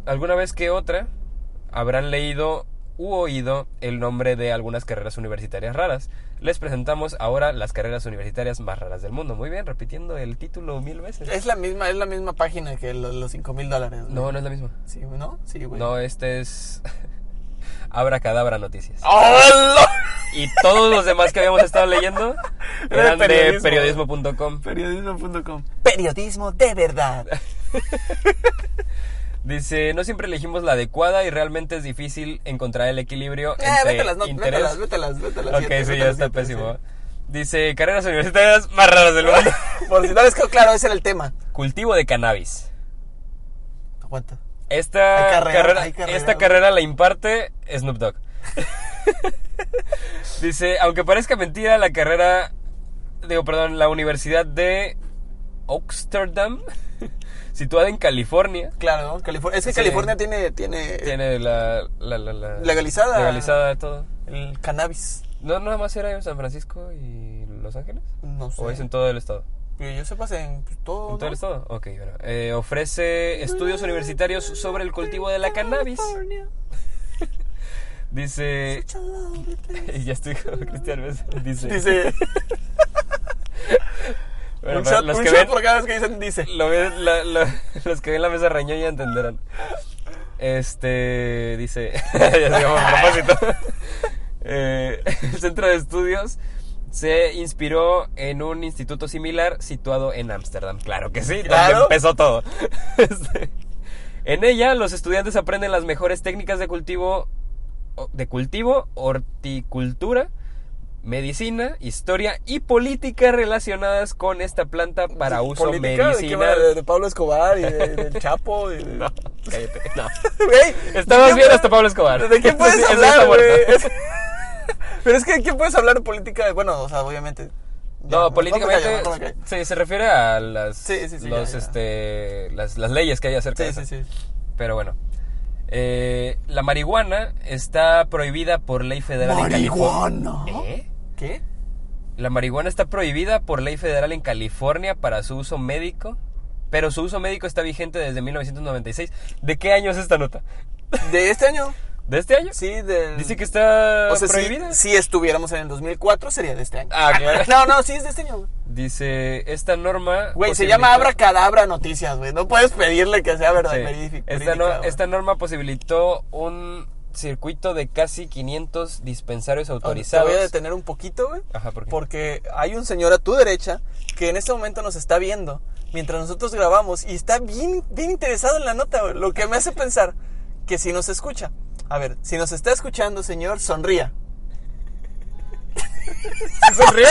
Speaker 2: alguna vez que otra, habrán leído u oído el nombre de algunas carreras universitarias raras. Les presentamos ahora las carreras universitarias más raras del mundo. Muy bien, repitiendo el título mil veces.
Speaker 1: Es la misma, es la misma página que los, los 5 mil dólares. güey.
Speaker 2: No, no es la misma.
Speaker 1: Sí, güey, ¿no? Sí, güey.
Speaker 2: No, este es Abracadabra Noticias.
Speaker 1: ¡Hola!
Speaker 2: Y todos los demás que habíamos estado leyendo
Speaker 1: Era
Speaker 2: eran de
Speaker 1: periodismo.
Speaker 2: periodismo.com.
Speaker 1: Periodismo.com. Periodismo de verdad.
Speaker 2: Dice, no siempre elegimos la adecuada y realmente es difícil encontrar el equilibrio
Speaker 1: Eh,
Speaker 2: entre
Speaker 1: vételas, no,
Speaker 2: interés.
Speaker 1: vételas, vételas, vételas.
Speaker 2: ok,
Speaker 1: siete,
Speaker 2: sí, ya
Speaker 1: vételas,
Speaker 2: está
Speaker 1: siete,
Speaker 2: pésimo. Dice, carreras universitarias más raras del mundo.
Speaker 1: sí. Por si no les quedó claro, ese era el tema.
Speaker 2: Cultivo de cannabis.
Speaker 1: Aguanta.
Speaker 2: Esta
Speaker 1: Hay carrera,
Speaker 2: carrera,
Speaker 1: hay carrera.
Speaker 2: esta carrera la imparte Snoop Dogg. Dice, aunque parezca mentira, la carrera, digo, perdón, la Universidad de Amsterdam, situada en California,
Speaker 1: Claro, California. Es que
Speaker 2: Sí.
Speaker 1: California tiene, tiene,
Speaker 2: tiene la, la- la- la-
Speaker 1: Eh, Legalizada.
Speaker 2: legalizada todo.
Speaker 1: el cannabis.
Speaker 2: No, nada más era en San Francisco y Los Ángeles.
Speaker 1: No sé.
Speaker 2: ¿O es en todo el estado?
Speaker 1: Que yo sepas en pues, todo.
Speaker 2: ¿En todo el
Speaker 1: ¿no?
Speaker 2: estado? Ok, bueno. Eh, ofrece estudios universitarios sobre el cultivo de la cannabis. Eh, Dice. ya estoy con Cristian Bess- Dice.
Speaker 1: Dice.
Speaker 2: Bueno,
Speaker 1: un
Speaker 2: para
Speaker 1: shot,
Speaker 2: los,
Speaker 1: un
Speaker 2: que
Speaker 1: shot
Speaker 2: ven,
Speaker 1: por cada vez que dicen dice.
Speaker 2: lo ven- la- la- los que ven la mesa reñón ya entenderán. Este. Dice. ya digamos a propósito. Eh, el centro de estudios se inspiró en un instituto similar situado en Ámsterdam. Claro que sí,
Speaker 1: Claro.
Speaker 2: donde empezó todo. Este, en ella, los estudiantes aprenden las mejores técnicas de cultivo, o- de cultivo, horticultura, medicina, historia y política relacionadas con esta planta para uso
Speaker 1: Política, ¿de qué va?
Speaker 2: medicinal.
Speaker 1: De, de Pablo Escobar y de- del Chapo. y de-
Speaker 2: No, cállate. No.
Speaker 1: Güey, ¿de
Speaker 2: Estabas
Speaker 1: qué
Speaker 2: bien
Speaker 1: puedes-
Speaker 2: hasta Pablo Escobar.
Speaker 1: ¿De qué puedes
Speaker 2: Ese- ese está
Speaker 1: hablar, güey?
Speaker 2: muerto.
Speaker 1: Pero es que, ¿de ¿qué puedes hablar de política? Bueno, o sea, obviamente. Ya,
Speaker 2: No,
Speaker 1: mejor me
Speaker 2: políticamente
Speaker 1: callo, mejor me callo.
Speaker 2: se, se refiere a las,
Speaker 1: Sí, sí, sí, ya,
Speaker 2: los,
Speaker 1: ya.
Speaker 2: Este, las, las leyes que hay acerca de
Speaker 1: Sí,
Speaker 2: eso.
Speaker 1: sí, sí.
Speaker 2: Pero bueno, eh, la marihuana está prohibida por ley federal en California. ¿Eh?
Speaker 1: ¿Qué?
Speaker 2: La marihuana está prohibida por ley federal en California para su uso médico, pero su uso médico está vigente desde 1996. ¿De qué año es esta nota?
Speaker 1: ¿De este año?
Speaker 2: ¿De este año?
Speaker 1: Sí, del.
Speaker 2: Dice que está
Speaker 1: O sea, si-
Speaker 2: prohibida.
Speaker 1: Si, estuviéramos en el 2004, sería de este año.
Speaker 2: Ah, claro.
Speaker 1: No, no, sí es de este año. güey.
Speaker 2: Dice, esta norma...
Speaker 1: Güey, se llama
Speaker 2: posibilita-
Speaker 1: Abracadabra Noticias, güey. No puedes pedirle que sea verdad,
Speaker 2: Sí.
Speaker 1: verifi-
Speaker 2: Esta,
Speaker 1: verídica,
Speaker 2: no-
Speaker 1: güey.
Speaker 2: esta norma posibilitó un circuito de casi 500 dispensarios autorizados.
Speaker 1: Oh, Te voy a detener un poquito, güey.
Speaker 2: Ajá, ¿por qué?
Speaker 1: Porque hay un señor a tu derecha que en este momento nos está viendo mientras nosotros grabamos y está bien, bien interesado en la nota, güey. Lo que me hace pensar que si nos escucha. A ver, si nos está escuchando, señor, sonría. ¿Sí sonríe?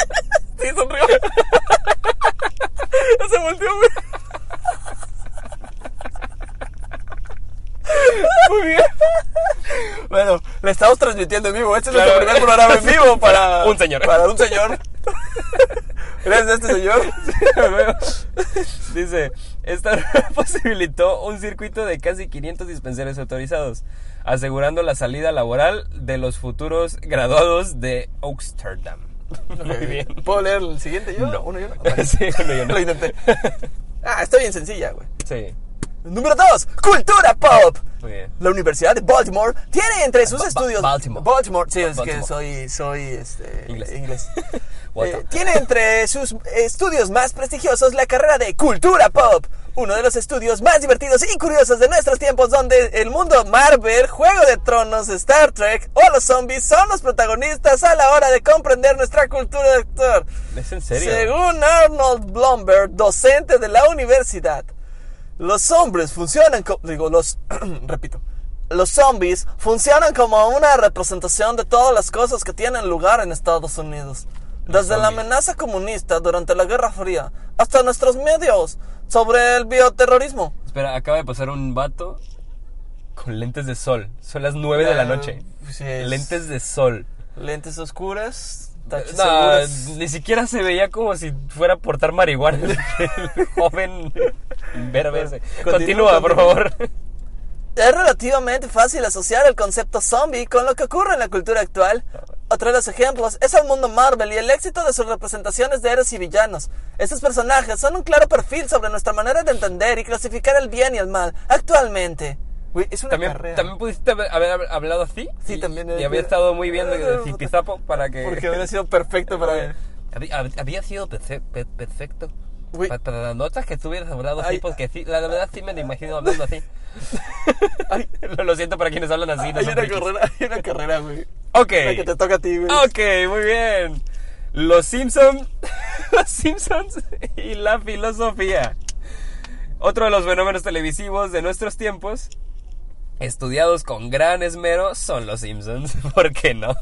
Speaker 1: sí, sonrió. Ya se volteó, güey. Muy bien. Bueno, le estamos transmitiendo en vivo. Este es nuestro primer programa en vivo para
Speaker 2: Un señor.
Speaker 1: Para un señor. Gracias a este señor.
Speaker 2: Dice, esta norma posibilitó un circuito de casi 500 dispensarios autorizados, asegurando la salida laboral de los futuros graduados de Amsterdam. Muy bien.
Speaker 1: ¿Puedo leer el siguiente yo?
Speaker 2: No.
Speaker 1: Uno yo. Vale.
Speaker 2: Sí, uno y uno.
Speaker 1: Lo intenté. Ah, está bien sencilla, güey.
Speaker 2: Sí,
Speaker 1: Número 2. Cultura pop.
Speaker 2: muy bien.
Speaker 1: La Universidad de Baltimore tiene entre sus
Speaker 2: Ba- ba-
Speaker 1: estudios.
Speaker 2: Baltimore.
Speaker 1: Baltimore. Sí, es
Speaker 2: Baltimore.
Speaker 1: que soy, soy este,
Speaker 2: Inglés. What
Speaker 1: Eh,
Speaker 2: the-
Speaker 1: tiene entre sus estudios más prestigiosos la carrera de cultura pop. Uno de los estudios más divertidos y curiosos de nuestros tiempos, donde el mundo Marvel, Juego de Tronos, Star Trek o los zombies son los protagonistas a la hora de comprender nuestra cultura de actor.
Speaker 2: ¿Es en serio?
Speaker 1: Según Arnold Blomberg, docente de la universidad, los hombres funcionan como. Digo, los. repito. Los zombies funcionan como una representación de todas las cosas que tienen lugar en Estados Unidos. Desde la amenaza comunista durante la Guerra Fría hasta nuestros medios sobre el bioterrorismo.
Speaker 2: Espera, acaba de pasar un vato con lentes de sol. Son las 9 de la
Speaker 1: Ah,
Speaker 2: noche.
Speaker 1: pues sí es.
Speaker 2: Lentes de sol.
Speaker 1: Lentes oscuras, taches
Speaker 2: No,
Speaker 1: seguras.
Speaker 2: ni siquiera se veía como si fuera a portar marihuana el, el joven verbe ese.
Speaker 1: Continúa,
Speaker 2: Continúa, por favor.
Speaker 1: Es relativamente fácil asociar el concepto zombie con lo que ocurre en la cultura actual. Otro de los ejemplos es el mundo Marvel y el éxito de sus representaciones de héroes y villanos. Estos personajes son un claro perfil sobre nuestra manera de entender y clasificar el bien y el mal actualmente. Güey, es una
Speaker 2: También,
Speaker 1: carrera.
Speaker 2: también pudiste haber, haber hablado así.
Speaker 1: Sí,
Speaker 2: y-
Speaker 1: también
Speaker 2: Y
Speaker 1: era-
Speaker 2: había estado muy bien de, de zipizapo para que.
Speaker 1: Porque hubiera sido perfecto para...
Speaker 2: Había, hab- había sido perfe- per- perfecto.
Speaker 1: Güey.
Speaker 2: Pa- Para las notas que estuvieras hablando así,
Speaker 1: Ay.
Speaker 2: porque sí, la verdad sí me lo imagino hablando así.
Speaker 1: Ay.
Speaker 2: Lo, lo siento para quienes hablan así. no
Speaker 1: hay
Speaker 2: son
Speaker 1: una
Speaker 2: frikis.
Speaker 1: carrera, hay una carrera, güey.
Speaker 2: Ok.
Speaker 1: La que te toca a ti, güey.
Speaker 2: Ok, muy bien. Los Simpsons, los Simpsons y la filosofía. Otro de los fenómenos televisivos de nuestros tiempos, estudiados con gran esmero, son los Simpsons. ¿Por qué no?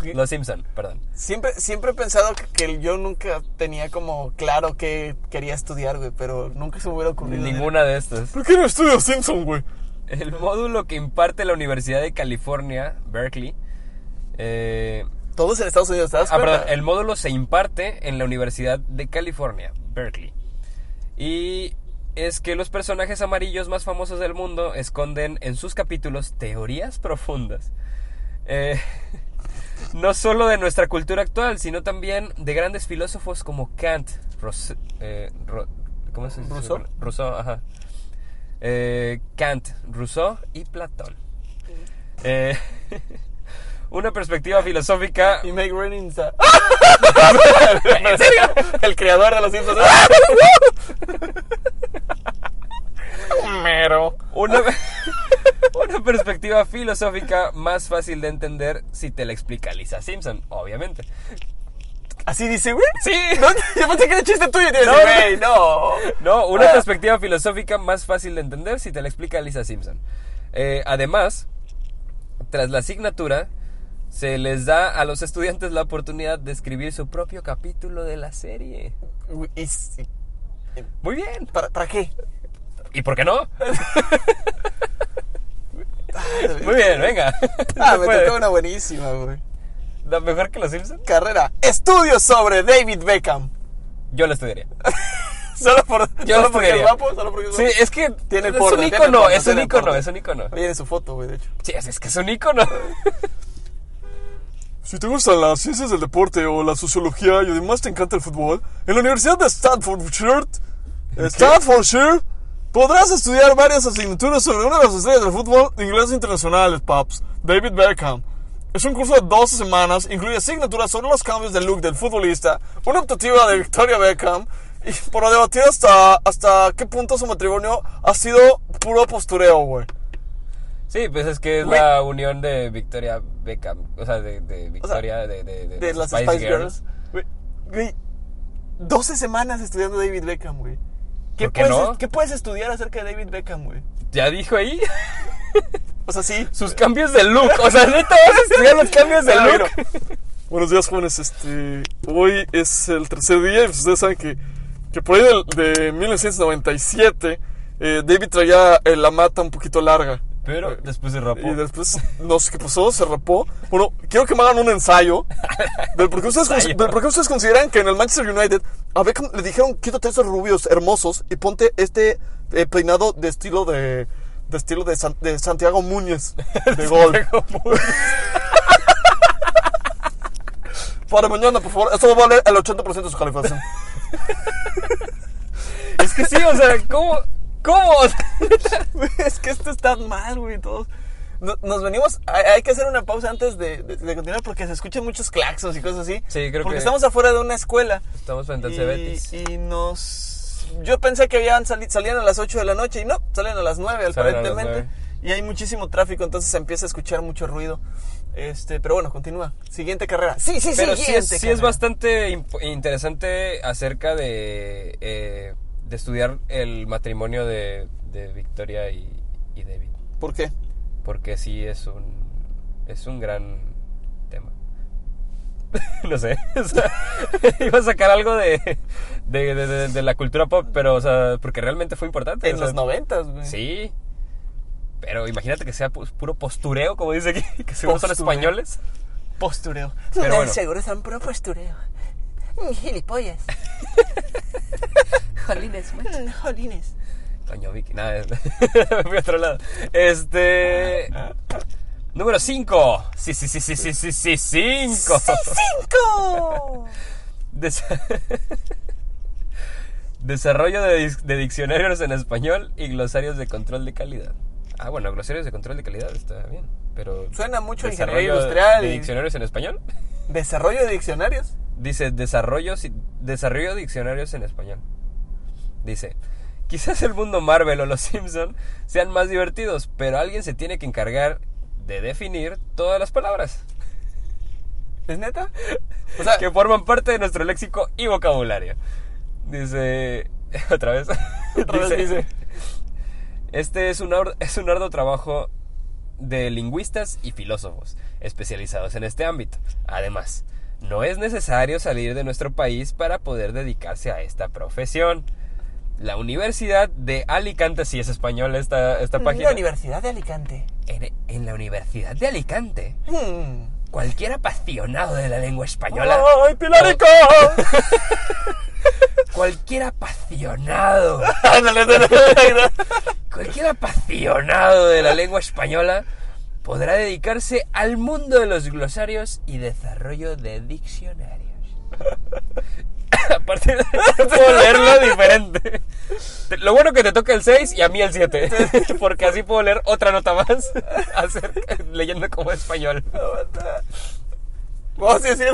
Speaker 1: Sí.
Speaker 2: Los Simpson, perdón.
Speaker 1: Siempre, siempre he pensado que, que yo nunca tenía como claro que quería estudiar, güey, pero nunca se me hubiera ocurrido.
Speaker 2: Ninguna de estas.
Speaker 3: ¿Por qué no estudio Simpson, güey?
Speaker 2: El módulo que imparte la Universidad de California, Berkeley. eh,
Speaker 1: Todos en Estados Unidos, ¿te das
Speaker 2: ah,
Speaker 1: cuenta?
Speaker 2: perdón, el módulo se imparte en la Universidad de California, Berkeley. Y es que los personajes amarillos más famosos del mundo esconden en sus capítulos teorías profundas. Eh, no solo de nuestra cultura actual, sino también de grandes filósofos como Kant, Ros- eh, Ro- ¿cómo se dice?
Speaker 1: Rousseau.
Speaker 2: Rousseau, ajá. Eh, Kant, Rousseau y Platón. Eh, una perspectiva filosófica
Speaker 1: Y Meg Ryan está-
Speaker 2: ¿En serio?
Speaker 1: el creador de los Simpsons. Mero.
Speaker 2: Una, una perspectiva filosófica más fácil de entender si te la explica Lisa Simpson, obviamente.
Speaker 1: ¿Así dice, güey?
Speaker 2: Sí.
Speaker 1: No, yo pensé que era chiste tuyo. y te iba a
Speaker 2: No,
Speaker 1: decir, güey, no.
Speaker 2: No, una
Speaker 1: Ah.
Speaker 2: perspectiva filosófica más fácil de entender si te la explica Lisa Simpson. Eh, además, tras la asignatura, se les da a los estudiantes la oportunidad de escribir su propio capítulo de la serie.
Speaker 1: Güey, y sí,
Speaker 2: Muy bien.
Speaker 1: ¿Para, para qué?
Speaker 2: ¿Y por qué no? Muy bien, venga.
Speaker 1: Ah,
Speaker 2: Se
Speaker 1: me
Speaker 2: puede.
Speaker 1: tocó una buenísima, güey.
Speaker 2: ¿La mejor que los Simpson?
Speaker 1: Carrera. Estudios sobre David Beckham.
Speaker 2: Yo la estudiaría.
Speaker 1: Solo, por,
Speaker 2: Yo
Speaker 1: solo
Speaker 2: lo
Speaker 1: porque es
Speaker 2: estudiaría.
Speaker 1: guapo, solo porque es
Speaker 2: Sí,
Speaker 1: guapo.
Speaker 2: es que
Speaker 1: Tiene el
Speaker 2: es
Speaker 1: porno,
Speaker 2: un
Speaker 1: tiene el
Speaker 2: icono,
Speaker 1: porno,
Speaker 2: es un
Speaker 1: tiene el
Speaker 2: icono,
Speaker 1: porno.
Speaker 2: es un icono.
Speaker 1: Viene su foto, güey, de hecho.
Speaker 2: Sí, es, es que es un icono.
Speaker 3: Si te gustan las ciencias del deporte o la sociología y además te encanta el fútbol, en la Universidad de Stanfordshire, Stanfordshire podrás estudiar varias asignaturas sobre una de las estrellas del fútbol inglés internacionales, paps, David Beckham. Es un curso de 12 semanas, incluye asignaturas sobre los cambios de look del futbolista, una optativa de Victoria Beckham, y para debatir hasta, hasta qué punto su matrimonio ha sido puro postureo, güey.
Speaker 2: Sí, pues es que es
Speaker 1: Güey.
Speaker 2: la unión de Victoria Beckham, o sea, de, de Victoria, de, de, de,
Speaker 1: De
Speaker 2: las
Speaker 1: las Spice, Girls. Güey, güey, 12 semanas estudiando David Beckham, güey. ¿Qué,
Speaker 2: ¿Por qué
Speaker 1: puedes,
Speaker 2: no?
Speaker 1: ¿Qué puedes estudiar acerca de David Beckham, güey?
Speaker 2: Ya dijo ahí
Speaker 1: O sea, sí.
Speaker 2: sus cambios de look, o sea, neta vas a estudiar los cambios de
Speaker 1: Ah,
Speaker 2: look.
Speaker 1: bueno.
Speaker 3: Buenos días, jóvenes. Este, hoy es el tercer día y pues ustedes saben que, que por ahí del- de 1997 eh, David traía eh, la mata un poquito larga.
Speaker 2: Pero después se rapó.
Speaker 3: Y después, no sé qué pasó, se rapó. Bueno, quiero que me hagan un ensayo del por qué ustedes, cons-
Speaker 2: Ensayo.
Speaker 3: del por qué ustedes consideran que en el Manchester United a Beckham le dijeron quítate esos rubios hermosos y ponte este eh, peinado de estilo de, de estilo de, San- de Santiago Muñez de gol. Para mañana, por favor, esto va a valer el 80% de su calificación.
Speaker 2: Es que sí, o sea, ¿cómo? ¿Cómo? O sea,
Speaker 1: Güey, es que esto está mal, güey, todos. No- Nos venimos, hay hay que hacer una pausa antes de, de- de continuar porque se escuchan muchos claxos y cosas así.
Speaker 2: Sí, creo
Speaker 1: Porque
Speaker 2: que-
Speaker 1: estamos afuera de una escuela.
Speaker 2: Estamos frente al Cebetis.
Speaker 1: y, y nos... Yo pensé que habían sali- salían a las 8 de la noche y no, salen a las 9
Speaker 2: Salen a las
Speaker 1: aparentemente.
Speaker 2: nueve.
Speaker 1: Y hay muchísimo tráfico, entonces se empieza a escuchar mucho ruido. Este, pero bueno, continúa. Siguiente carrera. Sí, sí,
Speaker 2: Pero sí
Speaker 1: siguiente
Speaker 2: es, sí
Speaker 1: carrera.
Speaker 2: es bastante imp- interesante acerca de, eh, de estudiar el matrimonio de, de Victoria y, y David.
Speaker 1: ¿Por qué?
Speaker 2: Porque sí es un, es un gran tema. no sé. o sea, iba a sacar algo de, de, de- de- de la cultura pop, pero, o sea, porque realmente fue importante.
Speaker 1: En
Speaker 2: o sea,
Speaker 1: los noventas, güey.
Speaker 2: Sí. Pero imagínate que sea pu- puro postureo, como dice aquí, que según son
Speaker 1: Postureo.
Speaker 2: españoles.
Speaker 1: Postureo.
Speaker 2: Pero
Speaker 1: Del
Speaker 2: bueno.
Speaker 1: Seguro son pro postureo. Mm, Gilipollas.
Speaker 4: Jolines, macho.
Speaker 1: Mm, Jolines.
Speaker 2: Coño, Vicky, nada, es- me fui a otro lado. Este.
Speaker 1: Ah,
Speaker 2: Número 5. Sí, sí, sí, sí, sí, sí, sí, 5.
Speaker 1: ¡Cinco!
Speaker 2: Desarrollo de, dis- de diccionarios en español y glosarios de control de calidad. Ah, bueno, glosarios de control de calidad está bien, pero.
Speaker 1: Suena mucho a ingeniería
Speaker 2: desarrollo
Speaker 1: industrial
Speaker 2: ¿De
Speaker 1: y-
Speaker 2: diccionarios en español?
Speaker 1: Desarrollo de diccionarios.
Speaker 2: Dice desarrollos y- desarrollo de diccionarios en español. Dice, quizás el mundo Marvel o los Simpson sean más divertidos, pero alguien se tiene que encargar de definir todas las palabras
Speaker 1: ¿Es neta? O sea,
Speaker 2: que forman parte de nuestro léxico y vocabulario. Dice, otra vez.
Speaker 1: Otra vez dice.
Speaker 2: Este es un, ar- es un arduo trabajo de lingüistas y filósofos. especializados en este ámbito. Además, no es necesario salir de nuestro país para poder dedicarse a esta profesión. La Universidad de Alicante, sí es española esta, esta página.
Speaker 1: La Universidad de Alicante.
Speaker 2: En, en la Universidad de Alicante,
Speaker 1: Mm.
Speaker 2: cualquier apasionado de la lengua española
Speaker 3: ¡Ay, Pilarico!
Speaker 2: Cualquier apasionado, cualquier apasionado de la lengua española podrá dedicarse al mundo de los glosarios y desarrollo de diccionarios. Aparte de puedo leerlo diferente. Te- Lo bueno que te toca el 6 y a mí el 7. Porque así puedo leer otra nota más acerca- leyendo como español.
Speaker 1: Vamos a decir,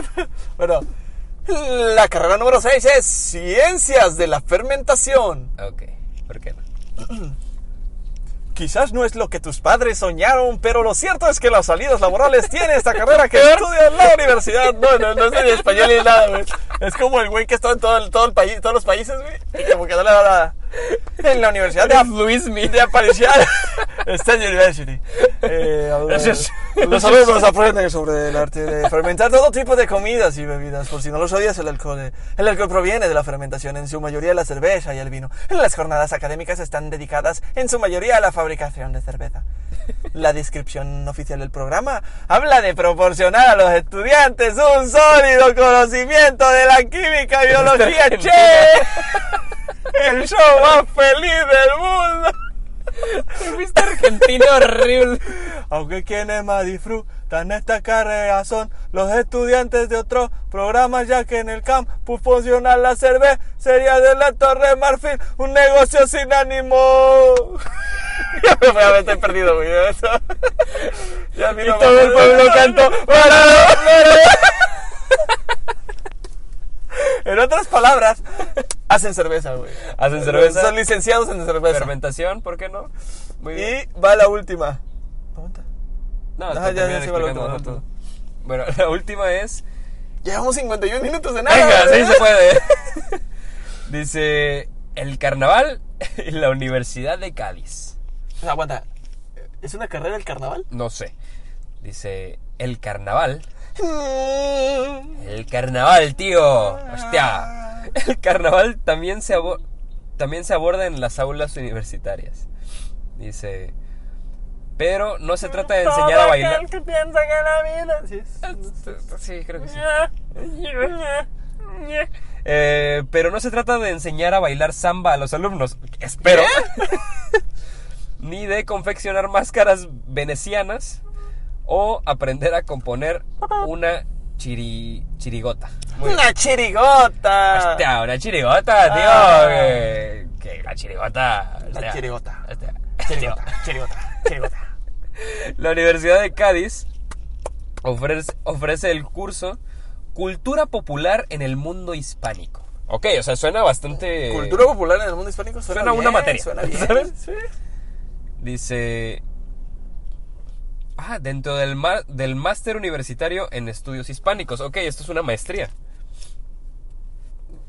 Speaker 1: bueno, la carrera número 6 es Ciencias de la Fermentación.
Speaker 2: Ok, ¿por qué no?
Speaker 1: Quizás no es lo que tus padres soñaron, pero lo cierto es que las salidas laborales tiene esta carrera que estudia en la universidad. No, no, no es ni español ni nada, güey. Es como el güey que está en todo el, todo el país, todos los países, güey. y Como que no le da nada. En la universidad de, Ap- de Aparición. State University. Eh, a ver,
Speaker 2: Gracias.
Speaker 1: Los alumnos aprenden sobre el arte de fermentar todo tipo de comidas y bebidas. Por si no lo sabías, el alcohol, eh, el alcohol proviene de la fermentación, en su mayoría la cerveza y el vino. Las jornadas académicas están dedicadas en su mayoría a la fabricación de cerveza. La descripción oficial del programa habla de proporcionar a los estudiantes un sólido conocimiento de la química y biología.
Speaker 2: Argentina.
Speaker 1: ¡Che! El show más feliz del mundo.
Speaker 2: Fuiste argentino horrible.
Speaker 1: Aunque quienes más disfrutan esta carrera son los estudiantes de otros programas, ya que en el campus funciona la cervecería de la Torre Marfil, un negocio sin ánimo. ya me voy a meter perdido, güey. de Eso. Ya a mí no me-
Speaker 2: todo el pueblo cantó,
Speaker 1: en otras palabras, hacen cerveza, güey.
Speaker 2: Hacen cerveza.
Speaker 1: Son licenciados en cerveza.
Speaker 2: Fermentación, ¿por qué no? Muy bien.
Speaker 1: Y va la última. Aguanta.
Speaker 2: No,
Speaker 1: Ah,
Speaker 2: te
Speaker 1: ya, ya
Speaker 2: terminan
Speaker 1: se va la
Speaker 2: explicando
Speaker 1: última,
Speaker 2: mejor
Speaker 1: la
Speaker 2: todo. Bueno, la última es.
Speaker 1: Llevamos 51 minutos de nada.
Speaker 2: Venga, sí
Speaker 1: güey.
Speaker 2: se puede. Dice: El carnaval en la Universidad de Cádiz.
Speaker 1: O sea, Pues, aguanta. ¿Es una carrera el carnaval?
Speaker 2: No sé. Dice: El carnaval.
Speaker 1: Mm.
Speaker 2: El carnaval, tío. Hostia. El carnaval también se, abo- también se aborda en las aulas universitarias. Dice. Pero no se trata de enseñar a bailar.
Speaker 1: que piensa que la vida. Sí, es-
Speaker 2: Sí, creo que sí. Eh, pero no se trata de enseñar a bailar samba a los alumnos, espero. Ni de confeccionar máscaras venecianas o aprender a componer una chiri- chirigota. Muy bien. Este
Speaker 1: Una chirigota.
Speaker 2: Hostia, una chirigota, tío.
Speaker 1: Ah.
Speaker 2: que- que la chirigota. hostia,
Speaker 1: chirigota.
Speaker 2: hostia.
Speaker 1: Chirigota, chirigota, chirigota.
Speaker 2: La Universidad de Cádiz ofrece, ofrece el curso Cultura Popular en el Mundo Hispánico. Ok, o sea, suena bastante...
Speaker 1: Cultura popular en el mundo hispánico suena,
Speaker 2: Eh, Suena a
Speaker 1: bien,
Speaker 2: una materia,
Speaker 1: Suena bien.
Speaker 2: ¿sabes?
Speaker 1: Sí.
Speaker 2: Dice... Ah, dentro del, ma- del máster universitario en estudios hispánicos. Ok, esto es una maestría.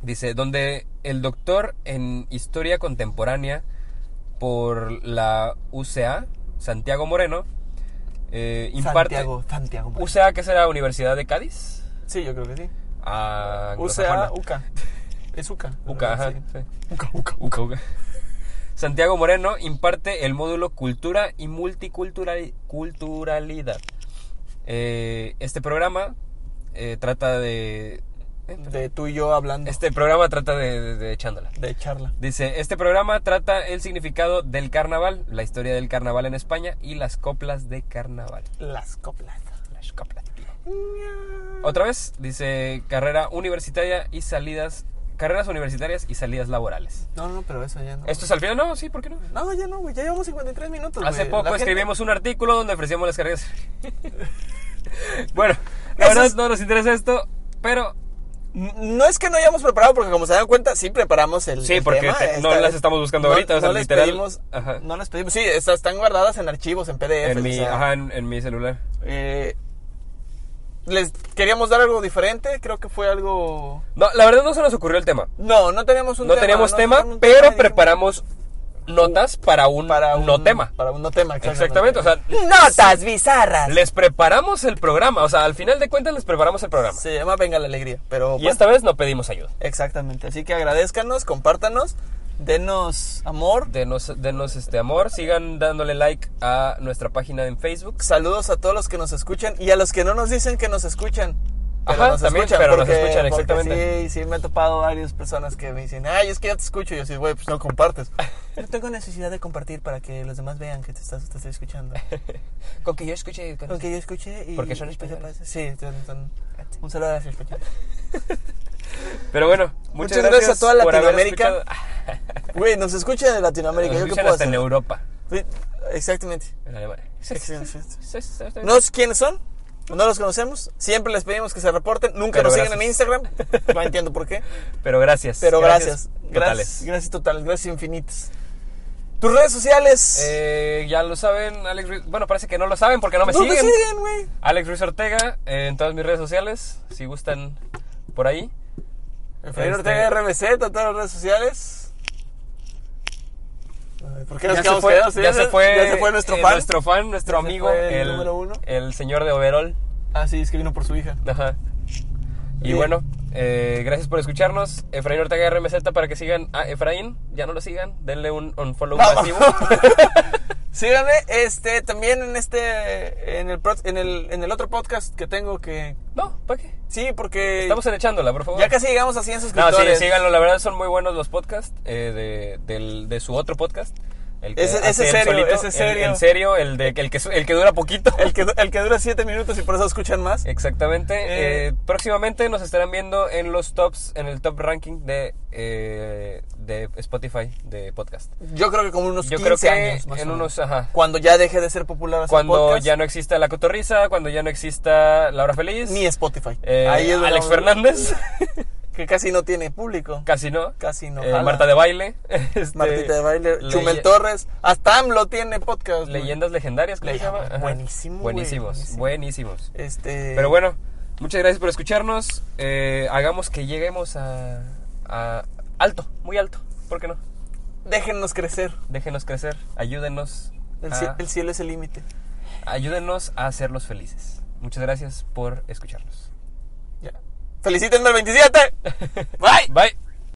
Speaker 2: Dice, donde el doctor en historia contemporánea por la UCA, Santiago Moreno, eh, imparte...
Speaker 1: Santiago, Santiago. Mar-
Speaker 2: UCA, ¿qué será? ¿Universidad de Cádiz?
Speaker 1: Sí, yo creo que sí. UCA,
Speaker 2: Ah, anglosajona.
Speaker 1: UCA. Es UCA.
Speaker 2: UCA, ajá,
Speaker 1: Ah, Sí.
Speaker 2: sí.
Speaker 1: UCA, UCA.
Speaker 2: UCA, UCA. Santiago Moreno imparte el módulo Cultura y Multiculturalidad. este programa eh, trata de... eh,
Speaker 1: De tú y yo hablando.
Speaker 2: Este programa trata de, de, de Chándala.
Speaker 1: De charla.
Speaker 2: Dice, este programa trata el significado del carnaval, la historia del carnaval en España y las coplas de carnaval.
Speaker 1: Las coplas.
Speaker 2: Las coplas, tío. Otra vez, dice carrera universitaria y salidas. Carreras universitarias y salidas laborales.
Speaker 1: No, no, pero eso ya no.
Speaker 2: ¿Esto es al final? No, sí, ¿por qué no?
Speaker 1: No, ya no, güey. Ya llevamos 53 minutos.
Speaker 2: Hace
Speaker 1: güey.
Speaker 2: poco
Speaker 1: La gente-
Speaker 2: escribimos un artículo donde ofrecíamos las carreras. bueno, la
Speaker 1: Eso
Speaker 2: verdad
Speaker 1: es-
Speaker 2: no nos interesa esto, pero
Speaker 1: No es que no hayamos preparado, porque como se dan cuenta, sí preparamos el.
Speaker 2: Sí,
Speaker 1: el
Speaker 2: porque
Speaker 1: tema.
Speaker 2: te-
Speaker 1: Esta
Speaker 2: no
Speaker 1: vez-
Speaker 2: las estamos buscando ahorita, o sea,
Speaker 1: no les
Speaker 2: literal,
Speaker 1: Pedimos,
Speaker 2: ajá.
Speaker 1: No las pedimos. Sí, estas están guardadas en archivos, en PDF.
Speaker 2: en mi, ajá, en, en mi celular.
Speaker 1: eh, les queríamos dar algo diferente. Creo que fue algo.
Speaker 2: No, la verdad no se nos ocurrió el tema.
Speaker 1: No, no teníamos un
Speaker 2: No
Speaker 1: tema.
Speaker 2: teníamos
Speaker 1: no
Speaker 2: tema,
Speaker 1: teníamos un
Speaker 2: pero
Speaker 1: dijimos,
Speaker 2: preparamos notas para un,
Speaker 1: para un
Speaker 2: no tema.
Speaker 1: Para un no tema,
Speaker 2: Exactamente, o sea,
Speaker 5: Notas bizarras.
Speaker 2: les preparamos el programa, o sea, al final de cuentas les preparamos el programa.
Speaker 1: Se llama Venga la Alegría, pero...
Speaker 2: Y esta vez no pedimos ayuda.
Speaker 1: Exactamente, así que agradezcanos, compártanos, denos amor,
Speaker 2: Denos, denos este amor, sigan dándole like a nuestra página en Facebook.
Speaker 1: saludos a todos los que nos escuchan y a los que no nos dicen que nos escuchan. Pero
Speaker 2: Ajá,
Speaker 1: nos
Speaker 2: también,
Speaker 1: escuchan
Speaker 2: pero nos
Speaker 1: porque-
Speaker 2: escuchan,
Speaker 1: porque
Speaker 2: exactamente.
Speaker 1: sí, sí, me he topado varias personas que me dicen, ay, es que yo te escucho. Y yo sí, güey, pues no compartes. No tengo necesidad de compartir para que los demás vean que te estás, te estoy escuchando.
Speaker 2: Con que yo escuché. con-
Speaker 1: Aunque yo escuché y...
Speaker 2: Porque son
Speaker 1: y pues,
Speaker 2: españoles.
Speaker 1: pues, Sí, son- son- un saludo a las españolas.
Speaker 2: Pero bueno, muchas,
Speaker 1: Muchas gracias a toda
Speaker 2: por haber
Speaker 1: Latinoamérica.
Speaker 2: escuchado. Ah,
Speaker 1: Güey, nos escuchan en Latinoamérica.
Speaker 2: nos
Speaker 1: ¿Yo qué
Speaker 2: escuchan
Speaker 1: puedo
Speaker 2: hasta en
Speaker 1: hacer?
Speaker 2: Europa.
Speaker 1: Sí, Exactamente.
Speaker 2: En Alemania.
Speaker 1: Exactamente.
Speaker 2: No.
Speaker 1: No sé quiénes son, no los conocemos. Siempre les pedimos que se reporten. Nunca
Speaker 2: Pero
Speaker 1: nos siguen
Speaker 2: gracias.
Speaker 1: en Instagram. No entiendo por qué.
Speaker 2: Pero gracias.
Speaker 1: Pero gracias. Gracias.
Speaker 2: totales.
Speaker 1: Gracias totales. Gracias infinitas. Tus redes sociales.
Speaker 2: Eh, ya lo saben, Alex Ruiz. Bueno, parece que no lo saben porque no me
Speaker 1: no te
Speaker 2: siguen.
Speaker 1: siguen, güey.
Speaker 2: Alex Ruiz Ortega eh, en todas mis redes sociales. Si gustan por ahí.
Speaker 1: Efraín
Speaker 2: Este-
Speaker 1: Ortega RBZ en todas las redes sociales. Ay, ¿Por qué nos
Speaker 2: Ya se,
Speaker 1: quedamos
Speaker 2: fue,
Speaker 1: callados? ¿eh?
Speaker 2: ya se fue.
Speaker 1: Ya se fue nuestro
Speaker 2: eh,
Speaker 1: fan.
Speaker 2: Nuestro fan, nuestro
Speaker 1: Ya se
Speaker 2: amigo.
Speaker 1: fue el
Speaker 2: El,
Speaker 1: número uno.
Speaker 2: el señor de Overol.
Speaker 1: Ah, sí, es que vino por su hija.
Speaker 2: Ajá. Y
Speaker 1: Bien.
Speaker 2: bueno, eh, gracias por escucharnos. Efraín Ortega RMZ para que sigan a Efraín. Ya no lo sigan. Denle un, un follow masivo.
Speaker 1: Síganme, este, también en este, en el, pro- en el, en el otro podcast que tengo que,
Speaker 2: no, ¿para qué?
Speaker 1: sí, porque
Speaker 2: Estamos en echándola, por favor.
Speaker 1: ya casi llegamos a 100
Speaker 2: No, sí,
Speaker 1: suscriptores.
Speaker 2: síganlo. La verdad son muy buenos los podcasts eh, de, del- de su otro podcast. El
Speaker 1: Ese-
Speaker 2: hace
Speaker 1: ese
Speaker 2: él
Speaker 1: serio,
Speaker 2: solito.
Speaker 1: ese
Speaker 2: El-
Speaker 1: serio.
Speaker 2: En serio, el, de, el, que, su- el que dura poquito.
Speaker 1: el que, el que dura 7 minutos y por eso escuchan más.
Speaker 2: Exactamente.
Speaker 1: Eh.
Speaker 2: Eh, próximamente nos estarán viendo en los tops, en el top ranking de, eh, de Spotify de podcast.
Speaker 1: Yo creo que como unos
Speaker 2: Yo
Speaker 1: 15
Speaker 2: creo que
Speaker 1: años más
Speaker 2: en
Speaker 1: o menos.
Speaker 2: unos, ajá.
Speaker 1: Cuando ya deje de ser popular hacer
Speaker 2: Cuando
Speaker 1: podcast,
Speaker 2: ya no exista la cotorriza, cuando ya no exista la hora feliz.
Speaker 1: ni Spotify.
Speaker 2: eh,
Speaker 1: Ahí es donde
Speaker 2: Alex
Speaker 1: vamos-
Speaker 2: Fernández,
Speaker 1: que casi no tiene público.
Speaker 2: casi no.
Speaker 1: Casi no
Speaker 2: Eh,
Speaker 1: jala.
Speaker 2: Marta de baile. este,
Speaker 1: Martita de Baile,
Speaker 2: leye-
Speaker 1: Chumel Torres, hasta AMLO tiene podcast. güey.
Speaker 2: Leyendas legendarias, ¿cómo se
Speaker 1: Leyenda.
Speaker 2: llama? Ajá.
Speaker 1: Buenísimo, güey,
Speaker 2: Buenísimos,
Speaker 1: buenísimo.
Speaker 2: buenísimos.
Speaker 1: Este,
Speaker 2: Pero bueno, muchas gracias por escucharnos. Eh, hagamos que lleguemos a, a alto, muy alto. ¿Por qué no?
Speaker 1: déjennos crecer.
Speaker 2: Déjenos crecer, ayúdenos.
Speaker 1: El,
Speaker 2: a-
Speaker 1: cie- el cielo es el límite.
Speaker 2: ayúdenos a hacerlos felices. Muchas gracias por escucharnos.
Speaker 1: Ya. Felicítenme el 27. Bye.
Speaker 2: Bye.